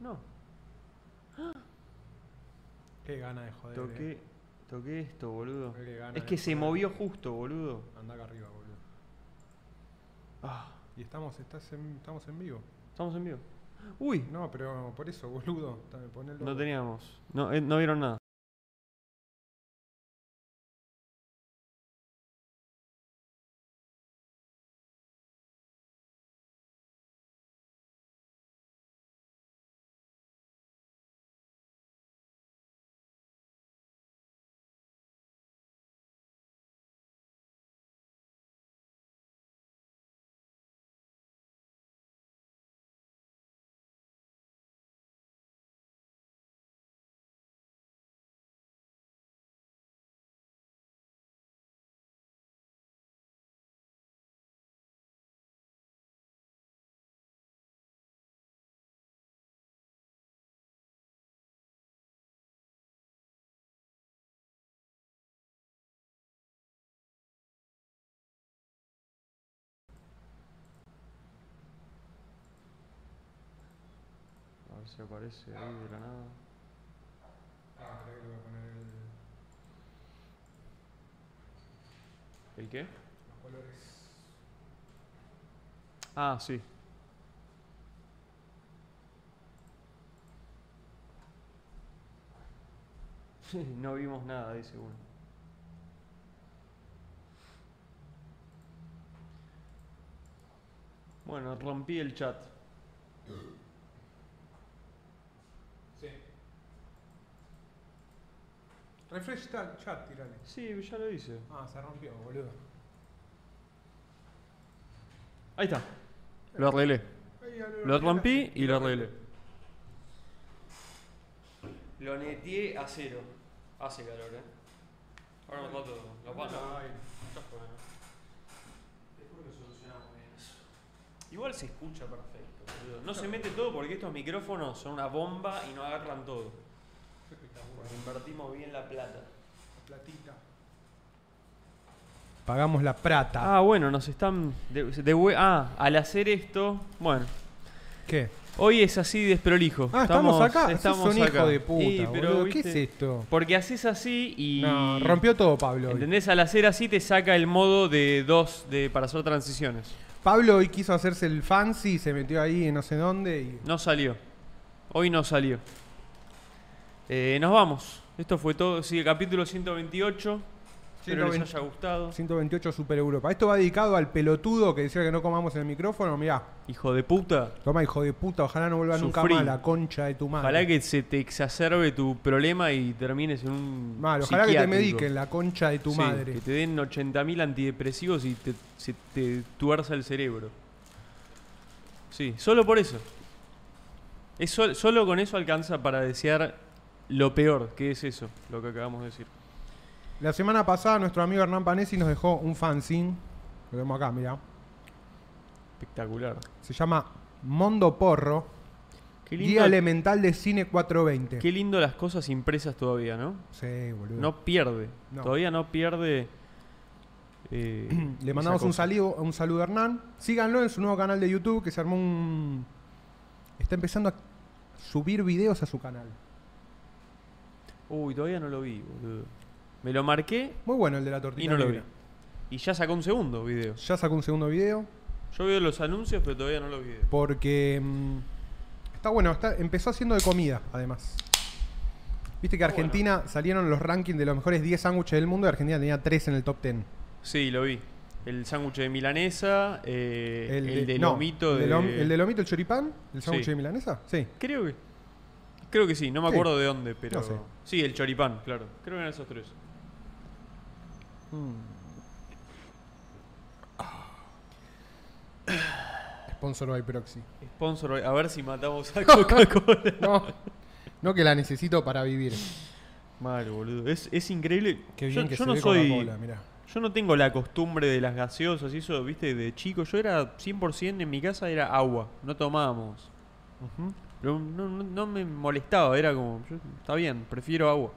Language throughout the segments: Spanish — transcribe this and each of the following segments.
No. Qué gana de joder. Toqué, eh. toqué esto, boludo. Qué gana Es de que se joder. movió justo, boludo. Andá acá arriba, boludo. Ah, Y estamos, estás en- estamos en vivo. estamos en vivo. Uy, No, pero por eso, boludo. Ta- ponelo. no teníamos. No, eh, no vieron nada. A ver si aparece ahí de la nada. Ah, espera que le voy a poner el- ¿El qué? los colores. Ah, sí. no vimos nada, dice uno. Bueno, rompí el chat. Sí. Refresh ta- chat, tirale. Sí, ya lo hice. Ah, se rompió, boludo. Ahí está. Lo arreglé. Ey, ya Lo rompí y lo arreglé. Lo neteé a cero. Hace calor, eh. Ahora me todo. La Ay, Después lo solucionamos bien eso. Igual se escucha perfecto, boludo. No se mete todo porque estos micrófonos son una bomba y no agarran todo. qué espectacular. Porque invertimos bien la plata. La platita. Pagamos la plata. Ah, bueno, nos están. De, de hue- ah, al hacer esto. Bueno, ¿Qué? hoy es así desprolijo. Ah, estamos, acá. Estamos Estamos un acá. hijo de puta. Y, pero, boludo, ¿Qué ¿viste? es esto? Porque haces así y. No, rompió todo Pablo. hoy. ¿Entendés? Al hacer así te saca el modo de dos de, para hacer transiciones. Pablo hoy quiso hacerse el fancy, se metió ahí en no sé dónde y. No salió. Hoy no salió. Eh, nos vamos. Esto fue todo. Sigue capítulo 128. Espero les 120. haya gustado. 128 Super Europa. Esto va dedicado al pelotudo que decía que no comamos en el micrófono. Mirá, Hijo de puta. toma hijo de puta, ojalá no vuelva nunca Sufrí. más la concha de tu madre. Ojalá que se te exacerbe tu problema y termines en un. Mal, ojalá que te psiquiátrico. mediquen la concha de tu Sí, madre. Que te den 80.000 antidepresivos y te, se te tuerza el cerebro. Sí, solo por eso. Es sol- solo con eso alcanza para desear lo peor, que es eso, lo que acabamos de decir. La semana pasada nuestro amigo Hernán Panesi nos dejó un fanzine. Lo vemos acá, mirá. Espectacular. Se llama Mondo Porro, Qué Guía lindo, Elemental de Cine 420. qué lindo las cosas impresas todavía, ¿no? Sí, boludo. No pierde. No. Todavía no pierde. eh, Le esa mandamos un cosa. saludo, un saludo a Hernán. Síganlo en su nuevo canal de YouTube que se armó un. Está empezando a subir videos a su canal. Uy, todavía no lo vi, boludo. Me lo marqué Muy bueno el de la tortilla. y no lo vi. negra. Y ya sacó un segundo video. Ya sacó un segundo video Yo veo los anuncios, pero todavía no los vi. porque. mm, está bueno, está, empezó haciendo de comida además. Viste que Está bueno. Argentina salieron los rankings de los mejores 10 sándwiches del mundo y Argentina tenía 3 en el top 10. Sí, lo vi. El sándwich de milanesa, eh, el, de no, lomito el de... de lom- el de lomito, el choripán, el sándwich Sí. de milanesa. Sí. Creo que... Creo que sí, no me Sí. acuerdo de dónde, pero... No sé. Sí, el choripán, claro. Creo que eran esos tres. Sponsor by proxy. Sponsor, a ver si matamos a Coca-Cola. No, no que la necesito para vivir. Mal, boludo. Es, es increíble. Qué yo bien que yo se no ve soy... Coca-Cola, mirá. Yo no tengo la costumbre de las gaseosas y eso, viste, de chico. Yo era 100% en mi casa era agua, no tomábamos. Pero no, no- no me molestaba, era como, yo- está bien, prefiero agua.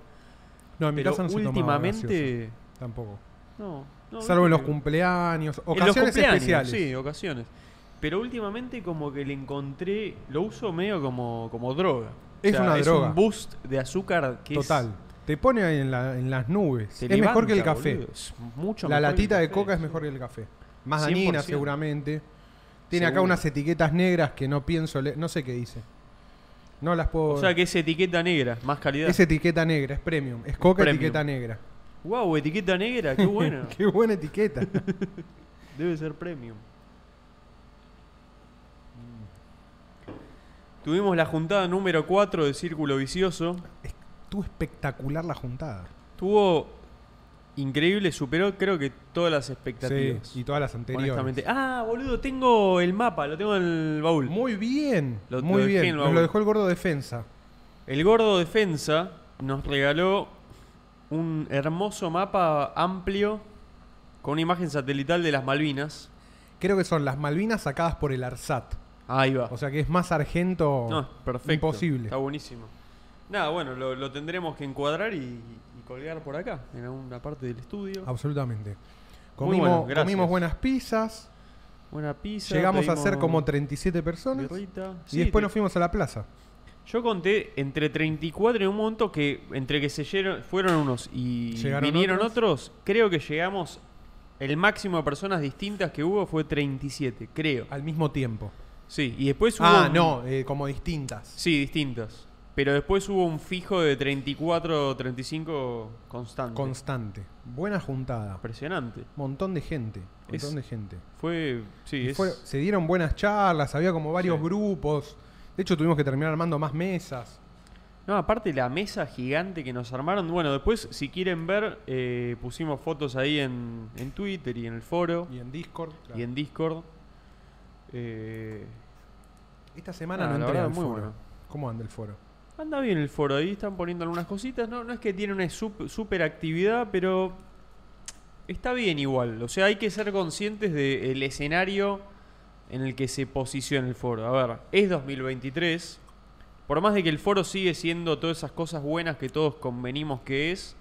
No, en mi Pero casa no se tomaba gaseosa, últimamente, tampoco. no, no, viste Salvo en los que- cumpleaños, en los ocasiones cumpleaños, especiales. Sí, ocasiones. Pero últimamente como que le encontré, lo uso medio como, como droga. Es una droga. un boost de azúcar que es- Total. Te pone ahí en, la- en las nubes. te es levanta, mejor que el café. boludo. Es mucho mejor que La el latita de café, coca es sí. mejor que el café. Más 100%. dañina seguramente. Tiene acá Seguro. unas etiquetas negras que no pienso leer. No sé qué dice. No las puedo... O sea que es etiqueta negra, más calidad. Es etiqueta negra, es premium. Es coca Premium. Ah. etiqueta negra. Wow, etiqueta negra, qué buena. Qué buena etiqueta. Debe ser premium. Mm. Tuvimos la juntada número 4 de Círculo Vicioso. Estuvo espectacular la juntada. Tuvo increíble, superó creo que todas las expectativas. Sí, y todas las anteriores. honestamente. Ah, boludo, tengo el mapa, lo tengo en el baúl. Muy bien. Lo- muy lo dejé en bien. el Nos baúl. lo dejó el gordo defensa. El gordo defensa nos regaló un hermoso mapa amplio con una imagen satelital de las Malvinas. Creo que son las Malvinas sacadas por el ARSAT. Ahí va. O sea que es más sargento No, perfecto. imposible. Está buenísimo. Nada, bueno, lo, lo tendremos que encuadrar y, y colgar por acá, en alguna parte del estudio. Ah. Absolutamente. Muy Comimos, bueno, gracias. comimos buenas pizzas, Buena pizza. llegamos a pedimos ser como 37 personas birrita. y Sí, después te- nos fuimos a la plaza. Yo conté entre 34 en un momento que entre que se llegaron- fueron unos y Llegaron vinieron otros. otros. creo que llegamos, el máximo de personas distintas que hubo fue 37, creo. Al mismo tiempo. Sí, y después hubo... Ah, un- no, eh, como distintas. Sí, distintas. Pero después hubo un fijo de 34 o 35 constante. Constante. Buena juntada. Impresionante. Montón de gente. Montón Es- de gente. Fue, sí, es... Fue- se dieron buenas charlas, había como varios Sí. grupos. De hecho, tuvimos que terminar armando más mesas. No, aparte la mesa gigante que nos armaron. Bueno, después, si quieren ver, eh, pusimos fotos ahí en, en Twitter y en el foro Y en Discord. claro. y en Discord. Eh, Esta semana Ah, no la entré verdad, al muy foro. bueno. ¿Cómo anda el foro? anda bien el foro, ahí están poniendo algunas cositas. No, no es que tiene una sup- super actividad, pero está bien igual. O sea, hay que ser conscientes del escenario en el que se posiciona el foro. A ver, es 2023. Por más de que el foro sigue siendo todas esas cosas buenas que todos convenimos que es,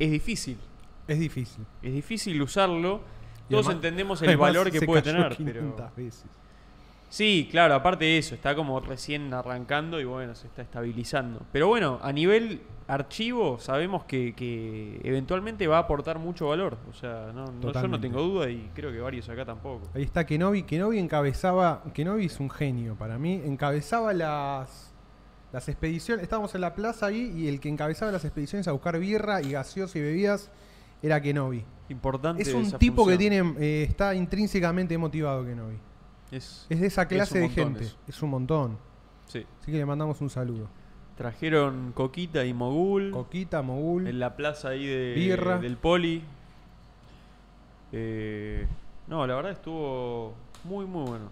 es difícil. Es difícil. Es difícil usarlo. Y Todos además- entendemos el Además, valor que se puede cayó tener. 500 Pero... veces. Sí, claro, aparte de eso, está como recién arrancando y bueno, se está estabilizando. Pero bueno, a nivel archivo sabemos que, que eventualmente va a aportar mucho valor. O sea, no, no- yo no Totalmente. tengo duda y creo que varios acá tampoco. Ahí está Kenobi. Kenobi encabezaba. Kenobi es un genio para mí. Encabezaba las, las expediciones. Estábamos en la plaza ahí y el que encabezaba las expediciones a buscar birra y gaseosa y bebidas era Kenobi. Importante. Es un esa tipo que función. tiene, eh, está intrínsecamente motivado Kenobi. Es- Es de esa clase un de montón gente. eso. Es un montón. sí. Así que le mandamos un saludo. Trajeron Coquita y Mogul. Coquita, Mogul. En la plaza ahí de, Birra. del Poli. Eh, no, la verdad estuvo muy, muy bueno.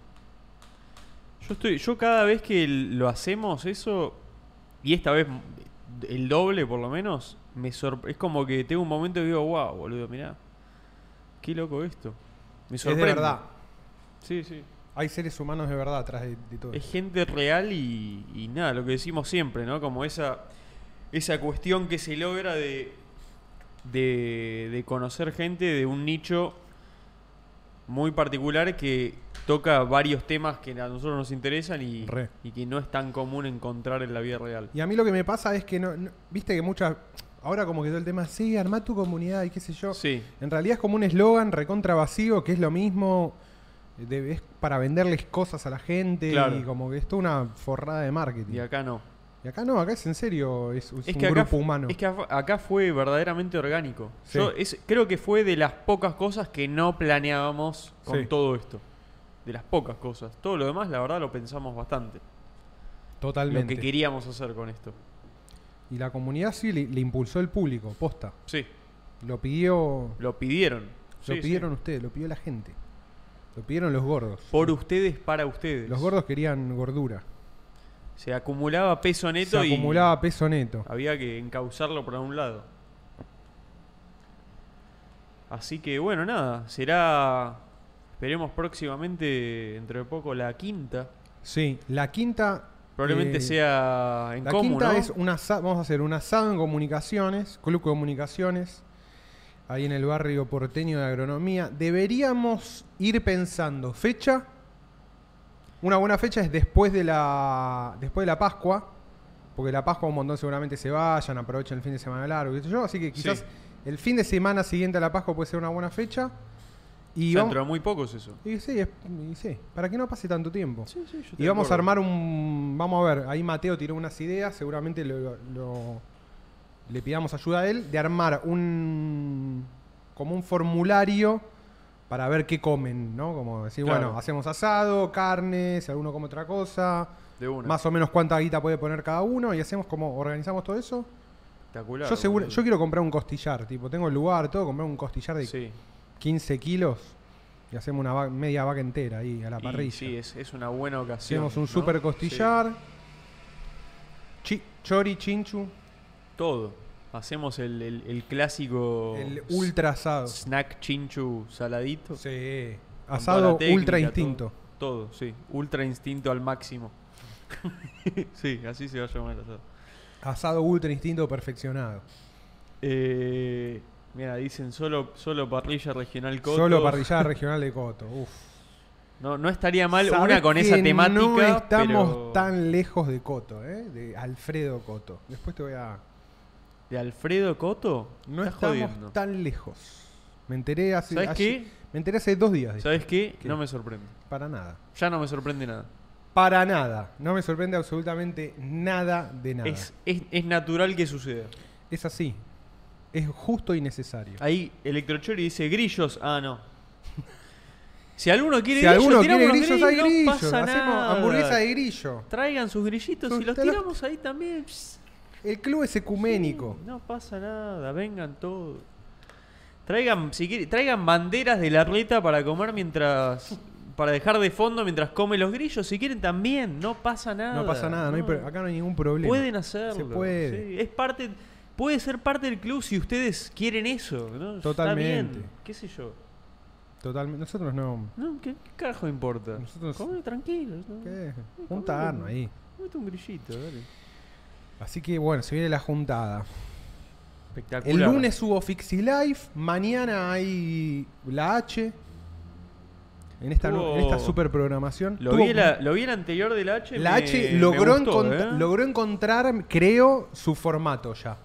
Yo estoy, yo cada vez que el- lo hacemos eso, y esta vez el doble por lo menos, me sorpre- es como que tengo un momento y digo, wow, boludo, mirá, qué loco esto. Me es de sorprende. verdad. Sí, sí. Hay seres humanos de verdad atrás de, de todo. Es gente real y, y nada, lo que decimos siempre, ¿no? Como esa, esa cuestión que se logra de, de, de conocer gente de un nicho muy particular que toca varios temas que a nosotros nos interesan y, Re. y que no es tan común encontrar en la vida real. Y a mí lo que me pasa es que no, no- viste que muchas ahora como quedó el tema, sí, armá tu comunidad y qué sé yo. Sí, En realidad es como un eslogan recontra vacío, que es lo mismo de- es para venderles cosas a la gente Claro. y como que es toda una forrada de marketing. y Y acá, acá no. no, acá es en serio, es, es Es un que, acá, grupo fu- humano. es que af- acá fue verdaderamente orgánico. Sí. Yo es- creo que fue de las pocas cosas que no planeábamos con Sí. todo esto. De las pocas cosas. Todo lo demás, la verdad, lo pensamos bastante. Lo Totalmente. que queríamos hacer con esto. y la comunidad sí le, le impulsó el público, posta. Sí, Lo pidió, lo pidieron. Sí, lo sí. pidieron ustedes, lo pidió la gente. Lo pidieron los gordos. Por ustedes, para ustedes. Los gordos querían gordura. Se acumulaba peso neto Se y Ah. acumulaba peso neto. había que encauzarlo por un lado. Así que bueno, nada. Será. Esperemos próximamente, entre poco, la quinta. Sí, la quinta. Probablemente eh, sea en La común, quinta ¿no? es un asado. Vamos a hacer un asado en comunicaciones, Club Comunicaciones, ahí en el barrio porteño de agronomía. Deberíamos ir pensando fecha Una buena fecha es después de la después de la Pascua, porque la Pascua un montón seguramente se vayan, aprovechen el fin de semana largo, qué sé yo, así que quizás Sí. el fin de semana siguiente a la Pascua puede ser una buena fecha. Y Y vamos, muy pocos eso. y sí, es- y sí, para que no pase tanto tiempo. Sí, sí, yo te Y vamos a acuerdo. armar un. Vamos a ver, ahí Mateo tiró unas ideas, seguramente lo- lo- le pidamos ayuda a él, de armar un. como un formulario para ver qué comen, ¿no? Como decir, Claro. bueno, hacemos asado, carne, si alguno come otra cosa, de una. más o menos cuánta guita puede poner cada uno, y hacemos como, organizamos todo eso. espectacular. yo seguro, boludo. yo quiero comprar un costillar, tipo, tengo el lugar, todo, comprar un costillar de Sí. 15 kilos y hacemos una va- media vaca entera ahí a la Y parrilla. sí, es, es una buena ocasión. Hacemos un ¿no? super costillar. Chi- chori, chinchu. Sí, todo. Hacemos el, el- el clásico El s- ultra asado. snack chinchu saladito. Sí. con toda Asado la técnica, ultra todo- instinto. Todo, sí. Ultra instinto al máximo. sí, así se va a llamar el asado. Asado ultra instinto perfeccionado. Eh, mira, dicen solo, solo parrilla regional Coto. Solo parrillada regional de Coto. Uf. No, no estaría mal Sabés una con que esa temática. No estamos pero tan lejos de Coto, ¿eh? De Alfredo Coto. Después te voy a. ¿De Alfredo Coto? No Estás estamos jodiendo. tan lejos. Me enteré hace. ¿Sabes ayer- qué? Me enteré hace dos días. de esto. ¿Sabes qué? ¿Qué? No me sorprende. Para nada. Ya no me sorprende nada. Para nada. No me sorprende absolutamente nada de nada. Es, es- es natural que suceda. Es así. Es justo y necesario. Ahí Electrochori dice grillos. Ah, no. Si alguno quiere si grillos, alguno tiramos quiere los grillos, hay no grillos. pasa Hacemos nada. hamburguesa de grillo. Traigan sus grillitos Sus y los telos- tiramos ahí también. Pss, El club es ecuménico. No pasa nada, vengan todos. Traigan, si quiere- traigan banderas de la reta para comer mientras. para dejar de fondo mientras come los grillos. Si quieren también, no pasa nada. no pasa nada, no hay no. pro- acá no hay ningún problema. Pueden hacerlo. Se puede. sí. Es parte, puede ser parte del club si ustedes quieren eso. ¿no? Está Totalmente. bien, ¿Qué sé yo? Totalmente. Nosotros no. No, ¿qué, qué carajo importa? Nosotros- Come tranquilo. ¿no? ¿Qué? Sí, Juntarnos comemos. ahí. Comete un grillito, dale. Así que bueno, se viene la juntada. Espectacular. El lunes hubo Fixie Life. Mañana hay la H. En esta, nu- Estuvo- en esta super programación. Lo Tuvo- vi, la, lo vi el anterior del H. la me- H Este me logró, gustó, encontr- ¿eh? logró encontrar, creo, su formato ya.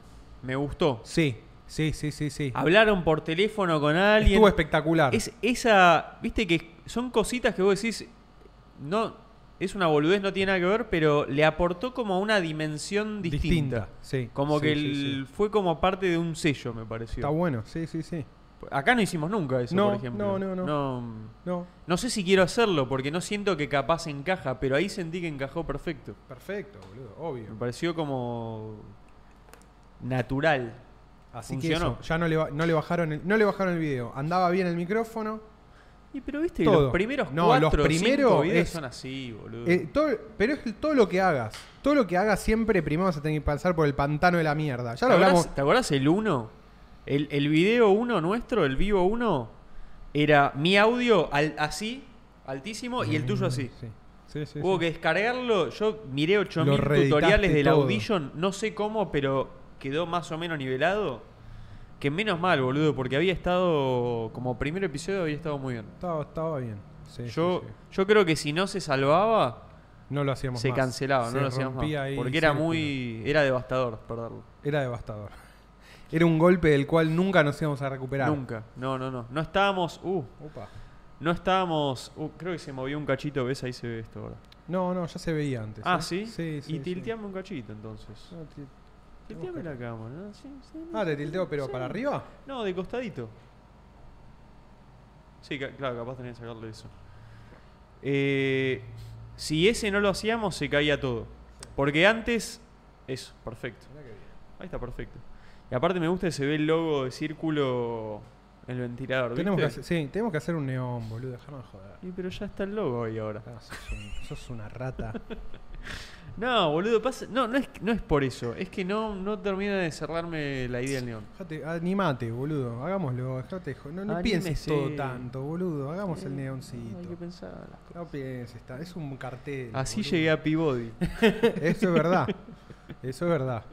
Me gustó. Sí, sí, sí, sí, sí. Hablaron por teléfono con alguien. Estuvo espectacular. Es esa, viste que son cositas que vos decís, no, es una boludez, no tiene nada que ver, pero le aportó como una dimensión distinta. Sí. Como sí, que sí, el- sí. fue como parte de un sello, me pareció. Está bueno, sí, sí, sí. Acá no hicimos nunca eso, No, por ejemplo. no, no, no. No, no sé si quiero hacerlo, porque no siento que capaz encaja, pero ahí sentí que encajó perfecto. perfecto, boludo, Me obvio. pareció como natural. Así funcionó. que eso, ya no le, ba- no le bajaron el, no le bajaron el video. Andaba bien el micrófono. Y pero viste, Todo. los primeros No, los cuatro o cinco primeros videos es- son así, boludo. Eh, todo- pero es todo lo que hagas. Todo lo que hagas siempre primero vas a tener que pasar por el pantano de la mierda. ¿Te Ya lo hablamos. acordás, te acordás el 1? El, el video 1 nuestro, el vivo 1, era mi audio al- así, altísimo, y el tuyo así. Mm, Sí, sí, sí, Hubo sí. que descargarlo. Yo miré Lo 8000 reeditaste tutoriales del todo. Audition, no sé cómo, pero quedó más o menos nivelado. Que menos mal, boludo, porque había estado, como primer episodio, había estado muy bien. Estaba, estaba bien. Sí, yo, sí, sí. yo creo que si no se salvaba, No lo hacíamos se más. cancelaba, Se no lo hacíamos más. rompía ahí Porque el era círculo. muy. era devastador perderlo. Era devastador. Era un golpe del cual nunca nos íbamos a recuperar. Nunca. No, no, no. No estábamos. Uh, Opa. No estábamos. Uh, creo que se movió un cachito, ¿ves? Ahí se ve esto ahora. No, no, ya se veía antes. Ah, ¿eh? sí. Sí, sí. y sí. tilteame un cachito entonces. No, ti- Tilteame la cámara. ¿no? Sí, sí, Ah, te tilteo, pero sí. para arriba. No, de costadito. Sí, ca- claro, capaz tenía que sacarle eso. Eh, si ese no lo hacíamos, se caía todo. Porque antes. Eso, perfecto. Ahí está perfecto. Y aparte me gusta que se ve el logo de círculo en el ventilador. ¿viste? Tenemos que, hacer, sí, tenemos que hacer un neón, boludo. Déjame de joder. Y pero ya está el logo ahí ahora. Ah, sos, un- sos una rata. No, boludo, pasa. No, no es, no es por eso. Es que no, no termina de cerrarme la idea del neón. Dejate, animate, boludo. Hagámoslo. Dejate, de jo- no, no Anímese. pienses todo tanto, boludo. Hagamos el Eh, neoncito. hay que pensar las cosas. No pienses, ta- es un cartel. Así boludo. llegué a Peabody. Eso es verdad. Eso es verdad.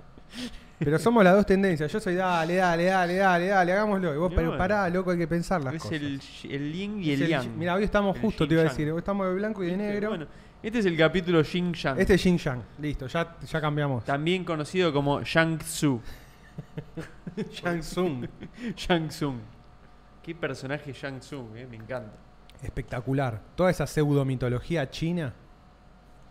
Pero somos las dos tendencias. Yo soy dale, dale, dale, dale, dale, hagámoslo. Y vos, Y pero bueno. pará, loco, hay que pensar las es cosas. el, el yin y Es el, el yang. yin- Mirá, hoy estamos El justo, yin te iba a yang. decir. Hoy estamos de blanco y de negro. Bueno, este es el capítulo yin yang. Este es Jin Yang. Listo, ya, ya cambiamos. También conocido como Yang Tzu. Yang Tsung. Yang Tsung. Qué personaje Yang Tsung, eh, me encanta. Espectacular. Toda esa pseudomitología china.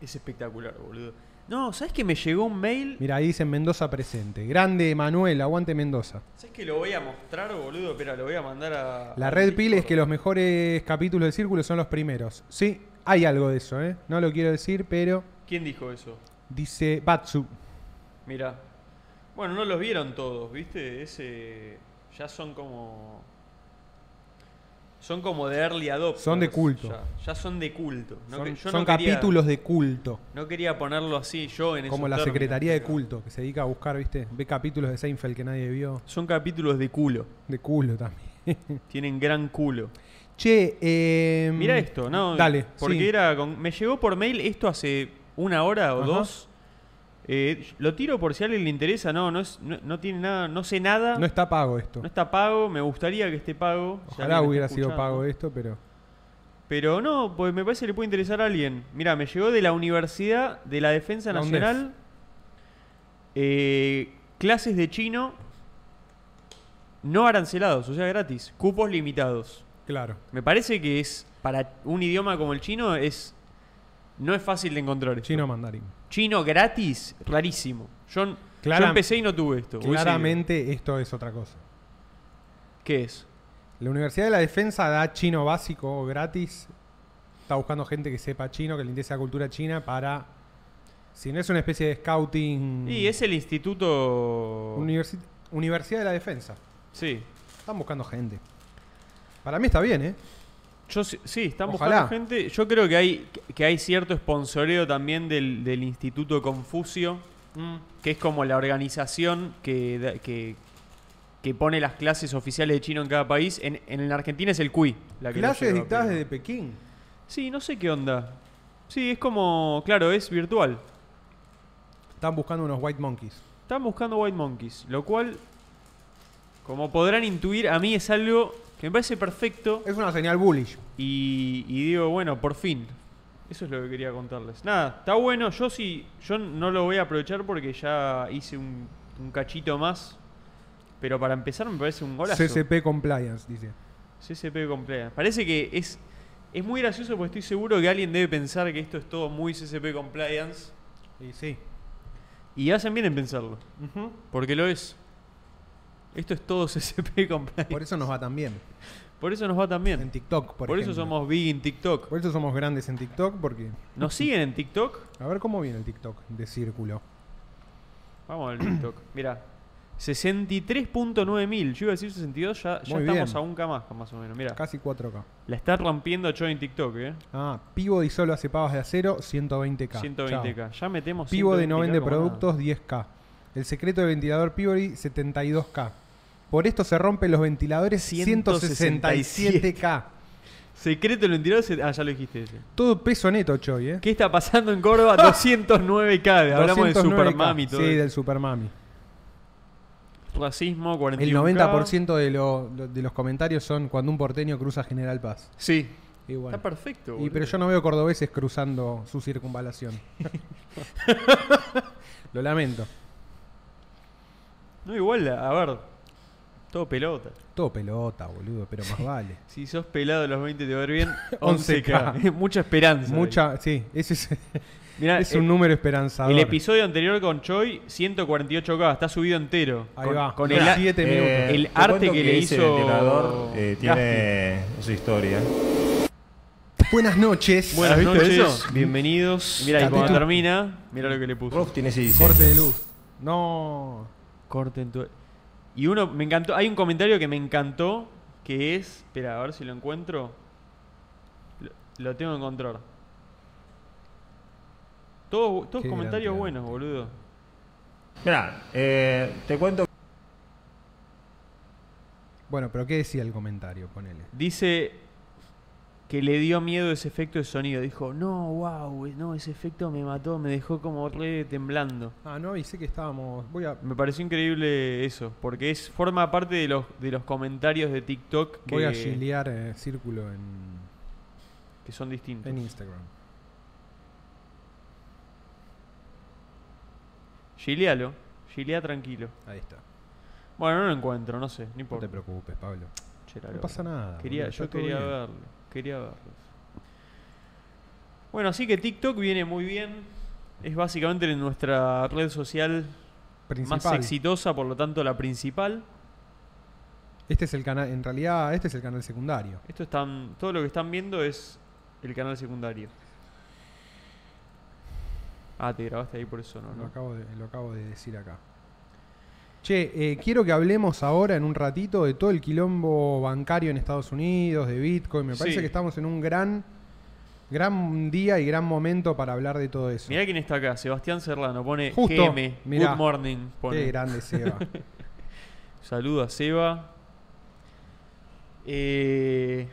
Es espectacular, boludo. No, ¿sabes que me llegó un mail? Mira, ahí dicen Mendoza presente. Grande Manuel, aguante Mendoza. ¿Sabes que lo voy a mostrar, boludo? Espera, lo voy a mandar a. La al red pil es Discord. que los mejores capítulos del círculo son los primeros. Sí, hay algo de eso, ¿eh? No lo quiero decir, pero ¿Quién dijo eso? dice Batsu. Mirá. Bueno, no los vieron todos, ¿viste? Ese. Ya son como. Son como de early adopters. Son de culto. Ya, Ya son de culto. No son que- yo son no quería- capítulos de culto. No quería ponerlo así yo en Como esos la términos, Secretaría de pero- Culto, que se dedica a buscar, ¿viste? Ve capítulos de Seinfeld que nadie vio. Son capítulos de culo. De culo también. Tienen gran culo. che, eh, Mira esto, ¿no? Dale, Porque sí. era con- me llegó por mail esto hace una hora o Ajá. dos. Eh, lo tiro por si a alguien le interesa. No, no, es, no, no tiene nada, no sé nada. No No, está pago esto. está pago. Me gustaría que esté pago. si Ojalá alguien me hubiera está sido escuchando. pago eh. esto, pero. Pero no, pues me parece que le puede interesar a alguien. Mira, me llegó de la Universidad de la Defensa La UNDEF. Nacional. eh, clases de chino no arancelados, o sea, gratis. Cupos limitados. Claro. Me parece que es para un idioma como el chino es no es fácil de encontrar. esto. Chino mandarín. Chino gratis, rarísimo. Yo, n- yo Claram- empecé y no tuve esto. Hubiese Claramente esto es otra cosa. ido. ¿Qué es? La Universidad de la Defensa da chino básico gratis. Está buscando gente que sepa chino, que le interese la cultura china para. Si no es una especie de scouting. Y es el instituto. Universi- Universidad de la Defensa. sí. Están buscando gente. Para mí está bien, ¿eh? Yo sí, sí, están Ojalá. buscando gente. Yo creo que hay que hay cierto sponsoreo también del, del Instituto Confucio, mm, que es como la organización que, da- que, que pone las clases oficiales de chino en cada país. En, en la Argentina es el CUI. La que lo Clases lleva, dictadas pero- desde Pekín. Sí, no sé qué onda. Sí, es como, claro, es virtual. Están buscando unos white monkeys. Están buscando White Monkeys, lo cual, como podrán intuir, a mí es algo que me parece perfecto Es una señal bullish. y, y digo, bueno, por fin. Eso es lo que quería contarles. Nada, está bueno, yo sí, yo no lo voy a aprovechar porque ya hice un, un cachito más. Pero para empezar me parece un golazo. CCP Compliance, dice. CCP Compliance. Parece que es, es muy gracioso porque estoy seguro que alguien debe pensar que esto es todo muy CCP Compliance. Y sí. Y hacen bien en pensarlo, porque lo es. Esto es todo CCP compliance. Por eso nos va tan bien. Por eso nos va tan bien. En TikTok, por, Por eso ejemplo. somos big en TikTok. Por eso somos grandes en TikTok, porque. ¿Nos siguen en TikTok? A ver cómo viene el TikTok de círculo. Vamos al TikTok. Mirá. 63.9 mil. Yo iba a decir 62, ya, ya Muy estamos bien. a un K más, más o menos. Mirá. Casi 4K. La está rompiendo Cho en TikTok, ¿eh? Ah, Pivo y solo hace pavas de acero, 120K. 120K. Chao. Ya metemos. Pivo de no 120K vende como nada. productos, 10K. El secreto del ventilador Pivori, 72K. Por esto se rompen los ventiladores 167K. Secreto del ventilador. se- Ah, ya lo dijiste ese. Todo peso neto, Choy, ¿eh? ¿Qué está pasando en Córdoba? 209K. Hablamos de 209K. Supermami y todo. Sí, eso. del Supermami. Racismo, 41K. El 90% de, lo- lo- de los comentarios son cuando un porteño cruza General Paz. Sí. Y bueno. Está perfecto. Y, boludo. pero yo no veo cordobeses cruzando su circunvalación. lo lamento. No, igual, a ver. Todo pelota. Todo pelota, boludo, pero más vale. Si sos pelado a los 20 te va a ir bien. 11K. 11K. Mucha esperanza. Mucha, sí, ese es, Mirá, es eh, un número esperanzador. el episodio anterior con Choi, 148K. Está subido entero. Ahí con, va, Con son el, a- siete eh, minutos. el te arte cuento que, le ese hizo. ventilador, eh, tiene su historia. Buenas noches. Buenas ¿Has visto noches, eso? bienvenidos. Mira, y cuando Capítulo- termina, mira lo que le puso. Rof tiene ese diseño. Corte de luz. No. Corten tu- Y uno, me encantó. Hay un comentario que me encantó. Que es. Espera, a ver si lo encuentro. Lo, lo tengo que encontrar. Todos, todos Qué comentarios gran buenos, boludo. Mirá, eh, te cuento Bueno, pero ¿qué decía el comentario? Ponele. Dice. que le dio miedo ese efecto de sonido. Dijo, no, wow, no, ese efecto me mató, me dejó como re temblando. Ah, no avisé que estábamos. Voy a, Me pareció increíble eso, porque es forma parte de los, de los comentarios de TikTok que, voy a chilear eh, círculo en, que son distintos. en Instagram. Gilealo, gilea tranquilo. Ahí está. Bueno, no lo encuentro, no sé, no No importa. te preocupes, Pablo. Che, la No verdad. pasa nada. Quería, boludo, está yo todo quería bien. verlo, quería verlo. Bueno, así que TikTok viene muy bien. Es básicamente nuestra red social más Principal. exitosa, por lo tanto la principal. Este es el canal, en realidad, este es el canal secundario. Esto están, todo lo que están viendo es el canal secundario. Ah, te grabaste ahí por eso, ¿no? Lo no. acabo de, lo acabo de decir acá. Che, eh, quiero que hablemos ahora en un ratito de todo el quilombo bancario en Estados Unidos, de Bitcoin. Me parece Sí. que estamos en un gran, gran día y gran momento para hablar de todo eso. Mirá quién está acá, Sebastián Serrano, pone Justo, GM, mirá. Good Morning. Qué Pone. grande Seba. Saludo a Seba. Eh,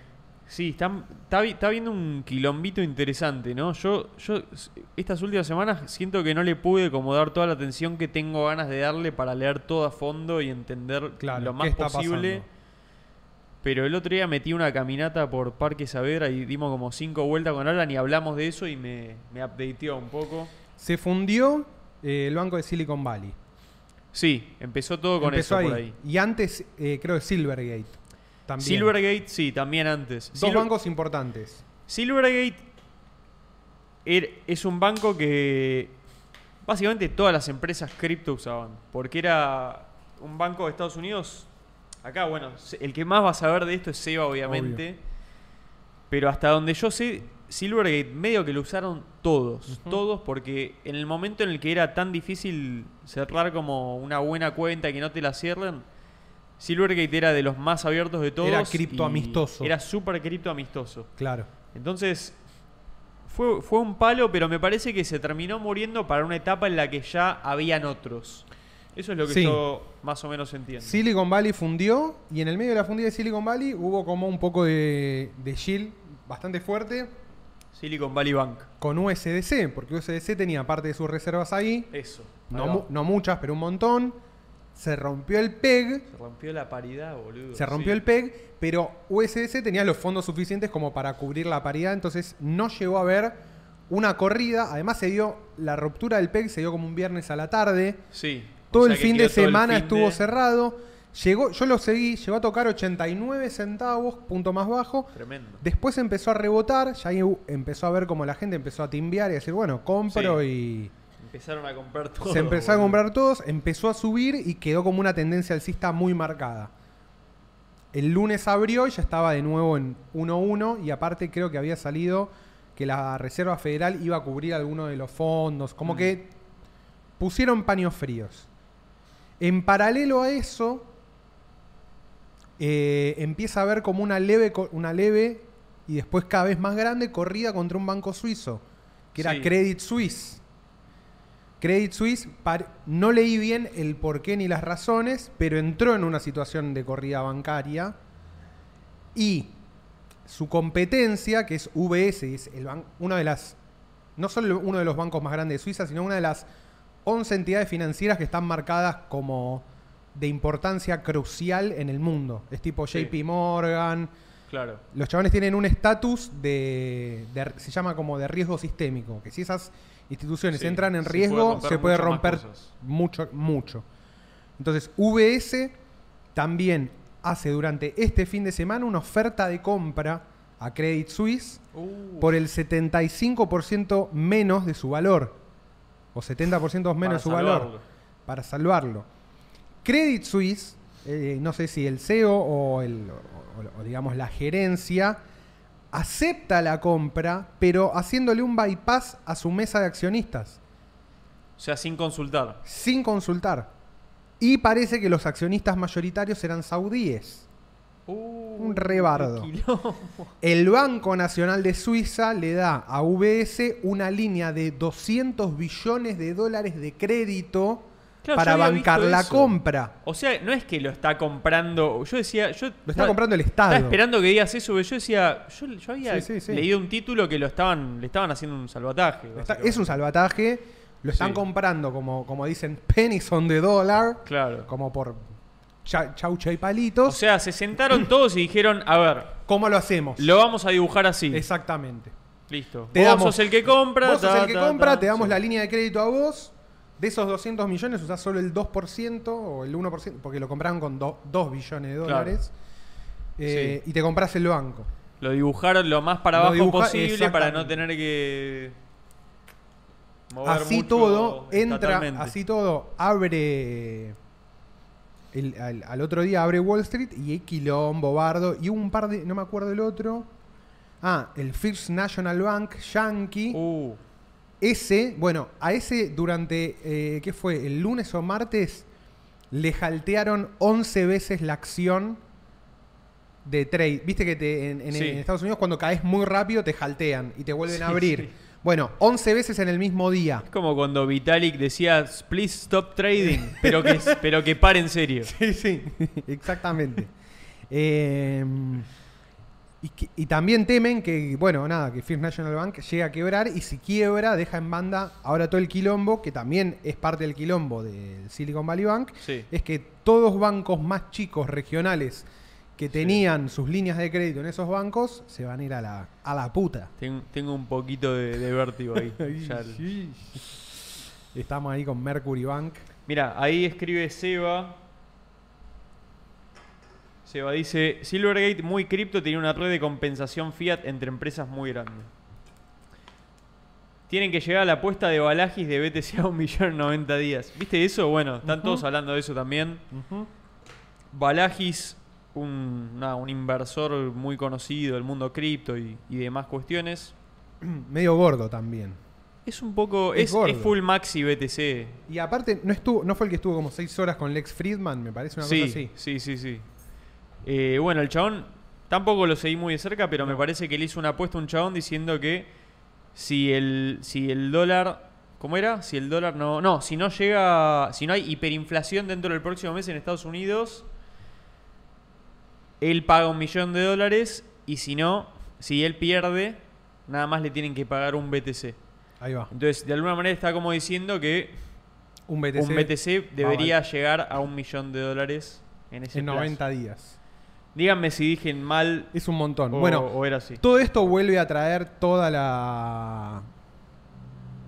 sí, están- está, vi- está viendo un quilombito interesante, ¿no? Yo, yo s- estas últimas semanas siento que no le pude como dar toda la atención que tengo ganas de darle para leer todo a fondo y entender Claro, lo ¿qué más está posible. pasando? Pero el otro día metí una caminata por Parque Saavedra y dimos como cinco vueltas con Alan y hablamos de eso y me, me updateó un poco. Se fundió eh, el banco de Silicon Valley. Sí, empezó todo con eso Empezó ahí. por ahí. Y antes, eh, creo que Silvergate. También. Silvergate, sí, también antes. Dos Silver- bancos importantes. Silvergate er- es un banco que básicamente todas las empresas cripto usaban, porque era un banco de Estados Unidos. Acá, bueno, se- el que más va a saber de esto es Seba, obviamente. Pero hasta donde yo sé, Silvergate medio que lo usaron todos, todos, porque en el momento en el que era tan difícil cerrar como una buena cuenta y que no te la cierren, Silvergate era de los más abiertos de todos. Era y criptoamistoso. Era súper criptoamistoso. Claro. Entonces, fue, fue un palo, pero me parece que se terminó muriendo para una etapa en la que ya habían otros. Eso es lo que Sí. yo más o menos entiendo. Silicon Valley fundió y en el medio de la fundida de Silicon Valley hubo como un poco de, de yield bastante fuerte Silicon Valley Bank. con USDC, porque USDC tenía parte de sus reservas ahí, Eso. no, Ahí va. mu- no muchas, pero un montón. Se rompió el PEG, Se rompió la paridad, boludo. se rompió Sí. el PEG, pero USDC tenía los fondos suficientes como para cubrir la paridad, entonces no llegó a haber una corrida. Además se dio la ruptura del PEG, se dio como un viernes a la tarde. Sí. O Todo sea el que fin de quedó todo el semana fin estuvo de- cerrado. Llegó, yo lo seguí, llegó a tocar 89 centavos, punto más bajo. Tremendo. Después empezó a rebotar, ya ahí hu- empezó a ver como la gente empezó a timbiar y a decir, bueno, compro Empezaron a comprar y todo. se empezó a boludo. comprar todos, empezó a subir y quedó como una tendencia alcista muy marcada. El lunes abrió y ya estaba de nuevo en 1-1 y aparte creo que había salido que la Reserva Federal iba a cubrir alguno de los fondos, como Mm. que pusieron paños fríos. En paralelo a eso, eh, empieza a haber como una leve, co- una leve y después cada vez más grande corrida contra un banco suizo, que era Sí. Credit Suisse. Credit Suisse, par- no leí bien el porqué ni las razones, pero entró en una situación de corrida bancaria y su competencia, que es UBS, y es el ban- una de las, no solo uno de los bancos más grandes de Suiza, sino una de las 11 entidades financieras que están marcadas como de importancia crucial en el mundo. Es tipo Sí. JP Morgan. Claro. Los chavales tienen un estatus de, de- se llama como de riesgo sistémico, que si esas instituciones Sí, entran en se riesgo, puede se puede romper muchas romper más cosas. mucho, mucho. Entonces, VS también hace durante este fin de semana una oferta de compra a Credit Suisse Uh, por el 75% menos de su valor. O 70% menos para de su valor. salvarlo. Para salvarlo. Credit Suisse, eh, no sé si el CEO o, el, o- o- o digamos la gerencia, acepta la compra, pero haciéndole un bypass a su mesa de accionistas, O sea, sin consultar. sin consultar. Y parece que los accionistas mayoritarios eran saudíes. Uh, Un rebardo. qué quilombo. El Banco Nacional de Suiza le da a UBS una línea de 200 billones de dólares de crédito Claro, para yo había bancar visto la eso. compra. O sea, no es que lo está comprando. Yo decía. Yo, Lo está no, comprando el Estado. Estaba esperando que digas eso, pero yo decía. Yo, yo había Sí, sí, sí. leído un título que lo estaban, le estaban haciendo un salvataje. Está- básicamente. es un salvataje. Lo están Sí. comprando, como, como dicen, pennies on the dollar. Claro. Como por cha- chaucha y palitos. O sea, se sentaron todos y dijeron: A ver, ¿Cómo lo hacemos? lo vamos a dibujar así. Exactamente. Listo. Te vos damos- sos el que compra. vos sos ta, el que ta, compra, ta. te damos Sí. la línea de crédito a vos. De esos 200 millones usás solo el 2% o el 1%, porque lo compraron con do- 2 billones de Claro. dólares. Eh, Y te compras el banco. Lo dibujaron lo más para Lo abajo dibuja- posible para no exactamente. tener que. mover Así mucho todo, entra, estatalmente. así todo, abre. el- al, al otro día abre Wall Street y hay quilombo, bardo. Y un par de. No me acuerdo el otro. Ah, el First National Bank, Yankee. Uh, Ese, bueno, a ese durante, eh, ¿qué fue? ¿El lunes o martes? Le jaltearon 11 veces la acción de trade. Viste que te- en, en- Sí. en Estados Unidos cuando caes muy rápido te jaltean y te vuelven a Sí, abrir. sí. Bueno, 11 veces en el mismo día. es como cuando Vitalik decía, please stop trading, pero que, pero que pare en serio. Sí, sí, exactamente. Eh, y, que- y también temen que, bueno, nada, que First National Bank llegue a quebrar y si quiebra deja en banda ahora todo el quilombo, que también es parte del quilombo del Silicon Valley Bank, Sí. es que todos bancos más chicos regionales que tenían sus líneas de crédito en esos bancos se van a ir a la, a la puta. Ten- tengo un poquito de, de vértigo ahí. Ya el- Estamos ahí con Mercury Bank. Mira, ahí escribe Seba. Seba dice, Silvergate muy cripto tiene una red de compensación fiat entre empresas muy grande. Tienen que llegar a la apuesta de Balagis de BTC a un millón en 90 días. ¿Viste eso? Bueno, están todos hablando de eso también. Balagis, un, nada, un inversor muy conocido del mundo cripto y, y demás cuestiones. Medio gordo también. Es un poco... Es Es, es gordo. full maxi BTC. Y aparte, no estuvo, no fue el que estuvo como seis horas con Lex Friedman, me parece una sí, cosa así. Sí, sí, sí. Eh, bueno, el chabón, tampoco lo seguí muy de cerca, pero me parece que le hizo una apuesta a un chabón diciendo que si el, si el dólar. ¿Cómo era? Si el dólar no. No, si no llega. Si no hay hiperinflación dentro del próximo mes en Estados Unidos, él paga un millón de dólares y si no, si él pierde, nada más le tienen que pagar un BTC. Ahí va. Entonces, de alguna manera está como diciendo que Un BTC, un BTC debería llegar a un millón de dólares en ese en plazo. 90 días. Díganme si dije mal Es un montón. o, bueno, o era así. todo esto vuelve a traer toda la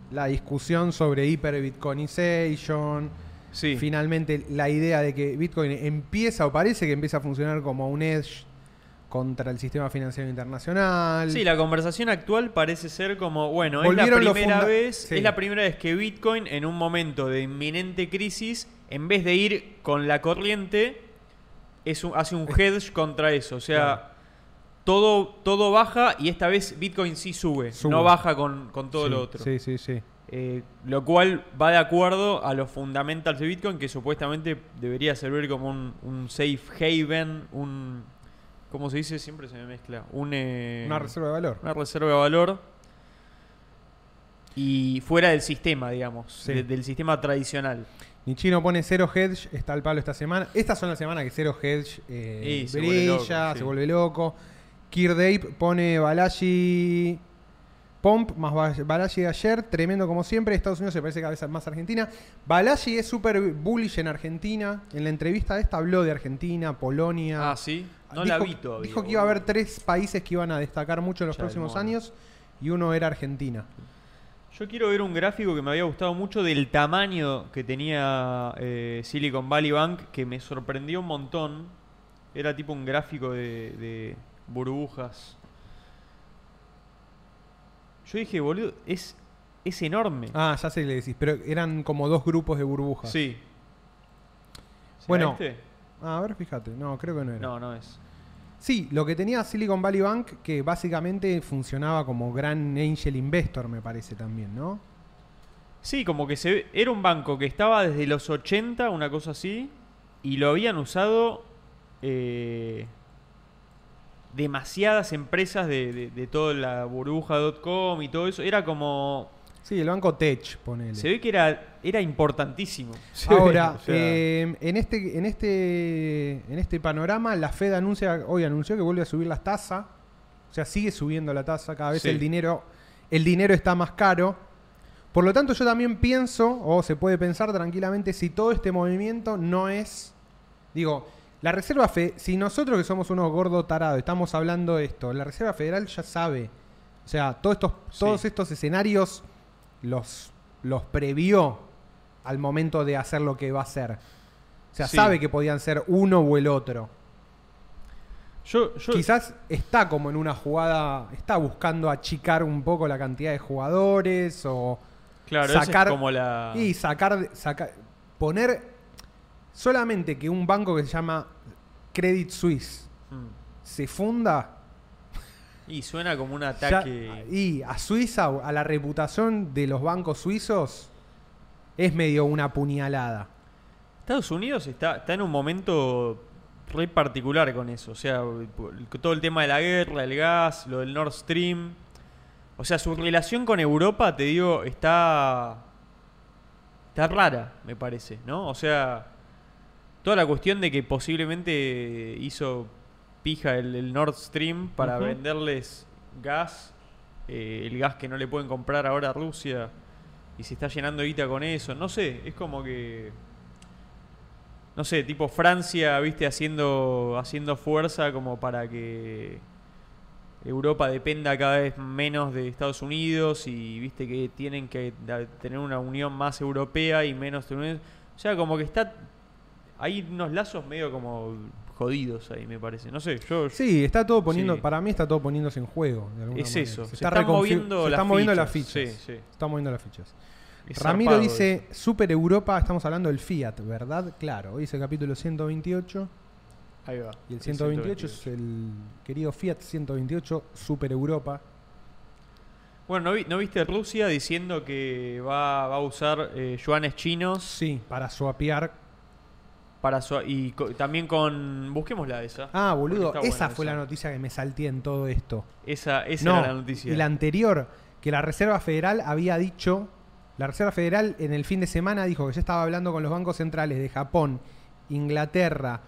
la discusión sobre hiperbitcoinization. Sí, Finalmente la idea de que Bitcoin empieza o parece que empieza a funcionar como un edge contra el sistema financiero internacional. Sí, la conversación actual parece ser como, bueno, Volvieron es la los primera funda- vez, Sí. es la primera vez que Bitcoin en un momento de inminente crisis, en vez de ir con la corriente, es un- hace un hedge contra eso, o sea, Claro. todo todo baja y esta vez Bitcoin sí sube, Sube. no baja con, con todo Sí, lo otro. Sí, sí, sí. Eh, lo cual va de acuerdo a los fundamentals de Bitcoin, que supuestamente debería servir como un, un safe haven, un. ¿Cómo se dice? Siempre se me mezcla. Un, eh, Una reserva de valor. una reserva de valor. Y fuera del sistema, digamos. Sí. de- del sistema tradicional. Nichino pone cero hedge, está al palo esta semana. Estas son las semanas que cero hedge eh, Y se vuelve brilla, loco, sí. se vuelve loco. Kirdape pone Balashi Pomp más Ba- Balashi de ayer, tremendo como siempre. Estados Unidos se parece cada vez más a Argentina. Balashi es súper bullish en Argentina. En la entrevista esta habló de Argentina, Polonia. Ah, sí. No la dijo, vi todavía. Dijo que iba a haber boludo. tres países que iban a destacar mucho en los Ya, el próximos mono. años y uno era Argentina. Yo quiero ver un gráfico que me había gustado mucho del tamaño que tenía eh, Silicon Valley Bank, que me sorprendió un montón. Era tipo un gráfico de, de burbujas. Yo dije, boludo, es, es enorme. Ah, ya sé que le decís, pero eran como dos grupos de burbujas. sí. ¿Será Bueno. este? Ah, a ver, fíjate. No, creo que no era. No, no es. Sí, lo que tenía Silicon Valley Bank, que básicamente funcionaba como gran angel investor, me parece también, ¿no? Sí, como que se ve- era un banco que estaba desde los 80, una cosa así, y lo habían usado eh, demasiadas empresas de, de- de toda la burbuja .com y todo eso. Era como Sí, el banco Tech, ponele. Se ve que era, era importantísimo. Sí, Ahora, o sea- eh, en, este, en, este, en este panorama, la Fed anuncia, hoy anunció que vuelve a subir las tasas. O sea, sigue subiendo la tasa, cada vez Sí. el, dinero, el dinero está más caro. Por lo tanto, yo también pienso, o se puede pensar tranquilamente, si todo este movimiento no es. Digo, la Reserva Federal, si nosotros que somos unos gordos tarados, estamos hablando de esto, la Reserva Federal ya sabe. O sea, todos estos, todos Sí. estos escenarios los, los previó al momento de hacer lo que va a hacer. O sea, Sí. sabe que podían ser uno o el otro. Yo, yo, Quizás está como en una jugada, está buscando achicar un poco la cantidad de jugadores o claro, esa sacar- es como la. y sacar, saca- poner solamente que un banco que se llama Credit Suisse Mm. se funda Y suena como un ya- ataque. y a Suiza, a la reputación de los bancos suizos, es medio una puñalada. Estados Unidos está, está en un momento re particular con eso. O sea, por- todo el tema de la guerra, el gas, lo del Nord Stream. O sea, su relación con Europa, te digo, está. Está rara, me parece, ¿no? O sea, toda la cuestión de que posiblemente hizo pija el, el Nord Stream para Ujú. venderles gas, eh, el gas que no le pueden comprar ahora a Rusia, y se está llenando de guita con eso, no sé, es como que no sé, tipo Francia, viste, haciendo, haciendo fuerza como para que Europa dependa cada vez menos de Estados Unidos y viste que tienen que da- tener una unión más europea y menos... O sea, como que está... Hay unos lazos medio como jodidos ahí, me parece. No sé, yo... Sí, está todo poniendo, Sí. para mí está todo poniéndose en juego. de alguna es manera. eso. Se, está están reconfi- moviendo, se las están moviendo las fichas. fichas. Sí, sí. Se están moviendo las fichas. Es Ramiro zarpado dice, Super Europa, estamos hablando del Fiat, ¿verdad? Claro, hoy es el capítulo 128 Ahí va. y el 128 es el querido Fiat 128 Super Europa. Bueno, ¿no, vi- no viste Rusia diciendo que va, va a usar eh, yuanes chinos Sí, para swapear. para su, y co- también con... Busquémosla esa. Ah, boludo, Porque está esa buena fue la noticia que me salté en todo esto. Esa, esa No, era la noticia. y la anterior, que la Reserva Federal había dicho, la Reserva Federal en el fin de semana dijo que ya estaba hablando con los bancos centrales de Japón, Inglaterra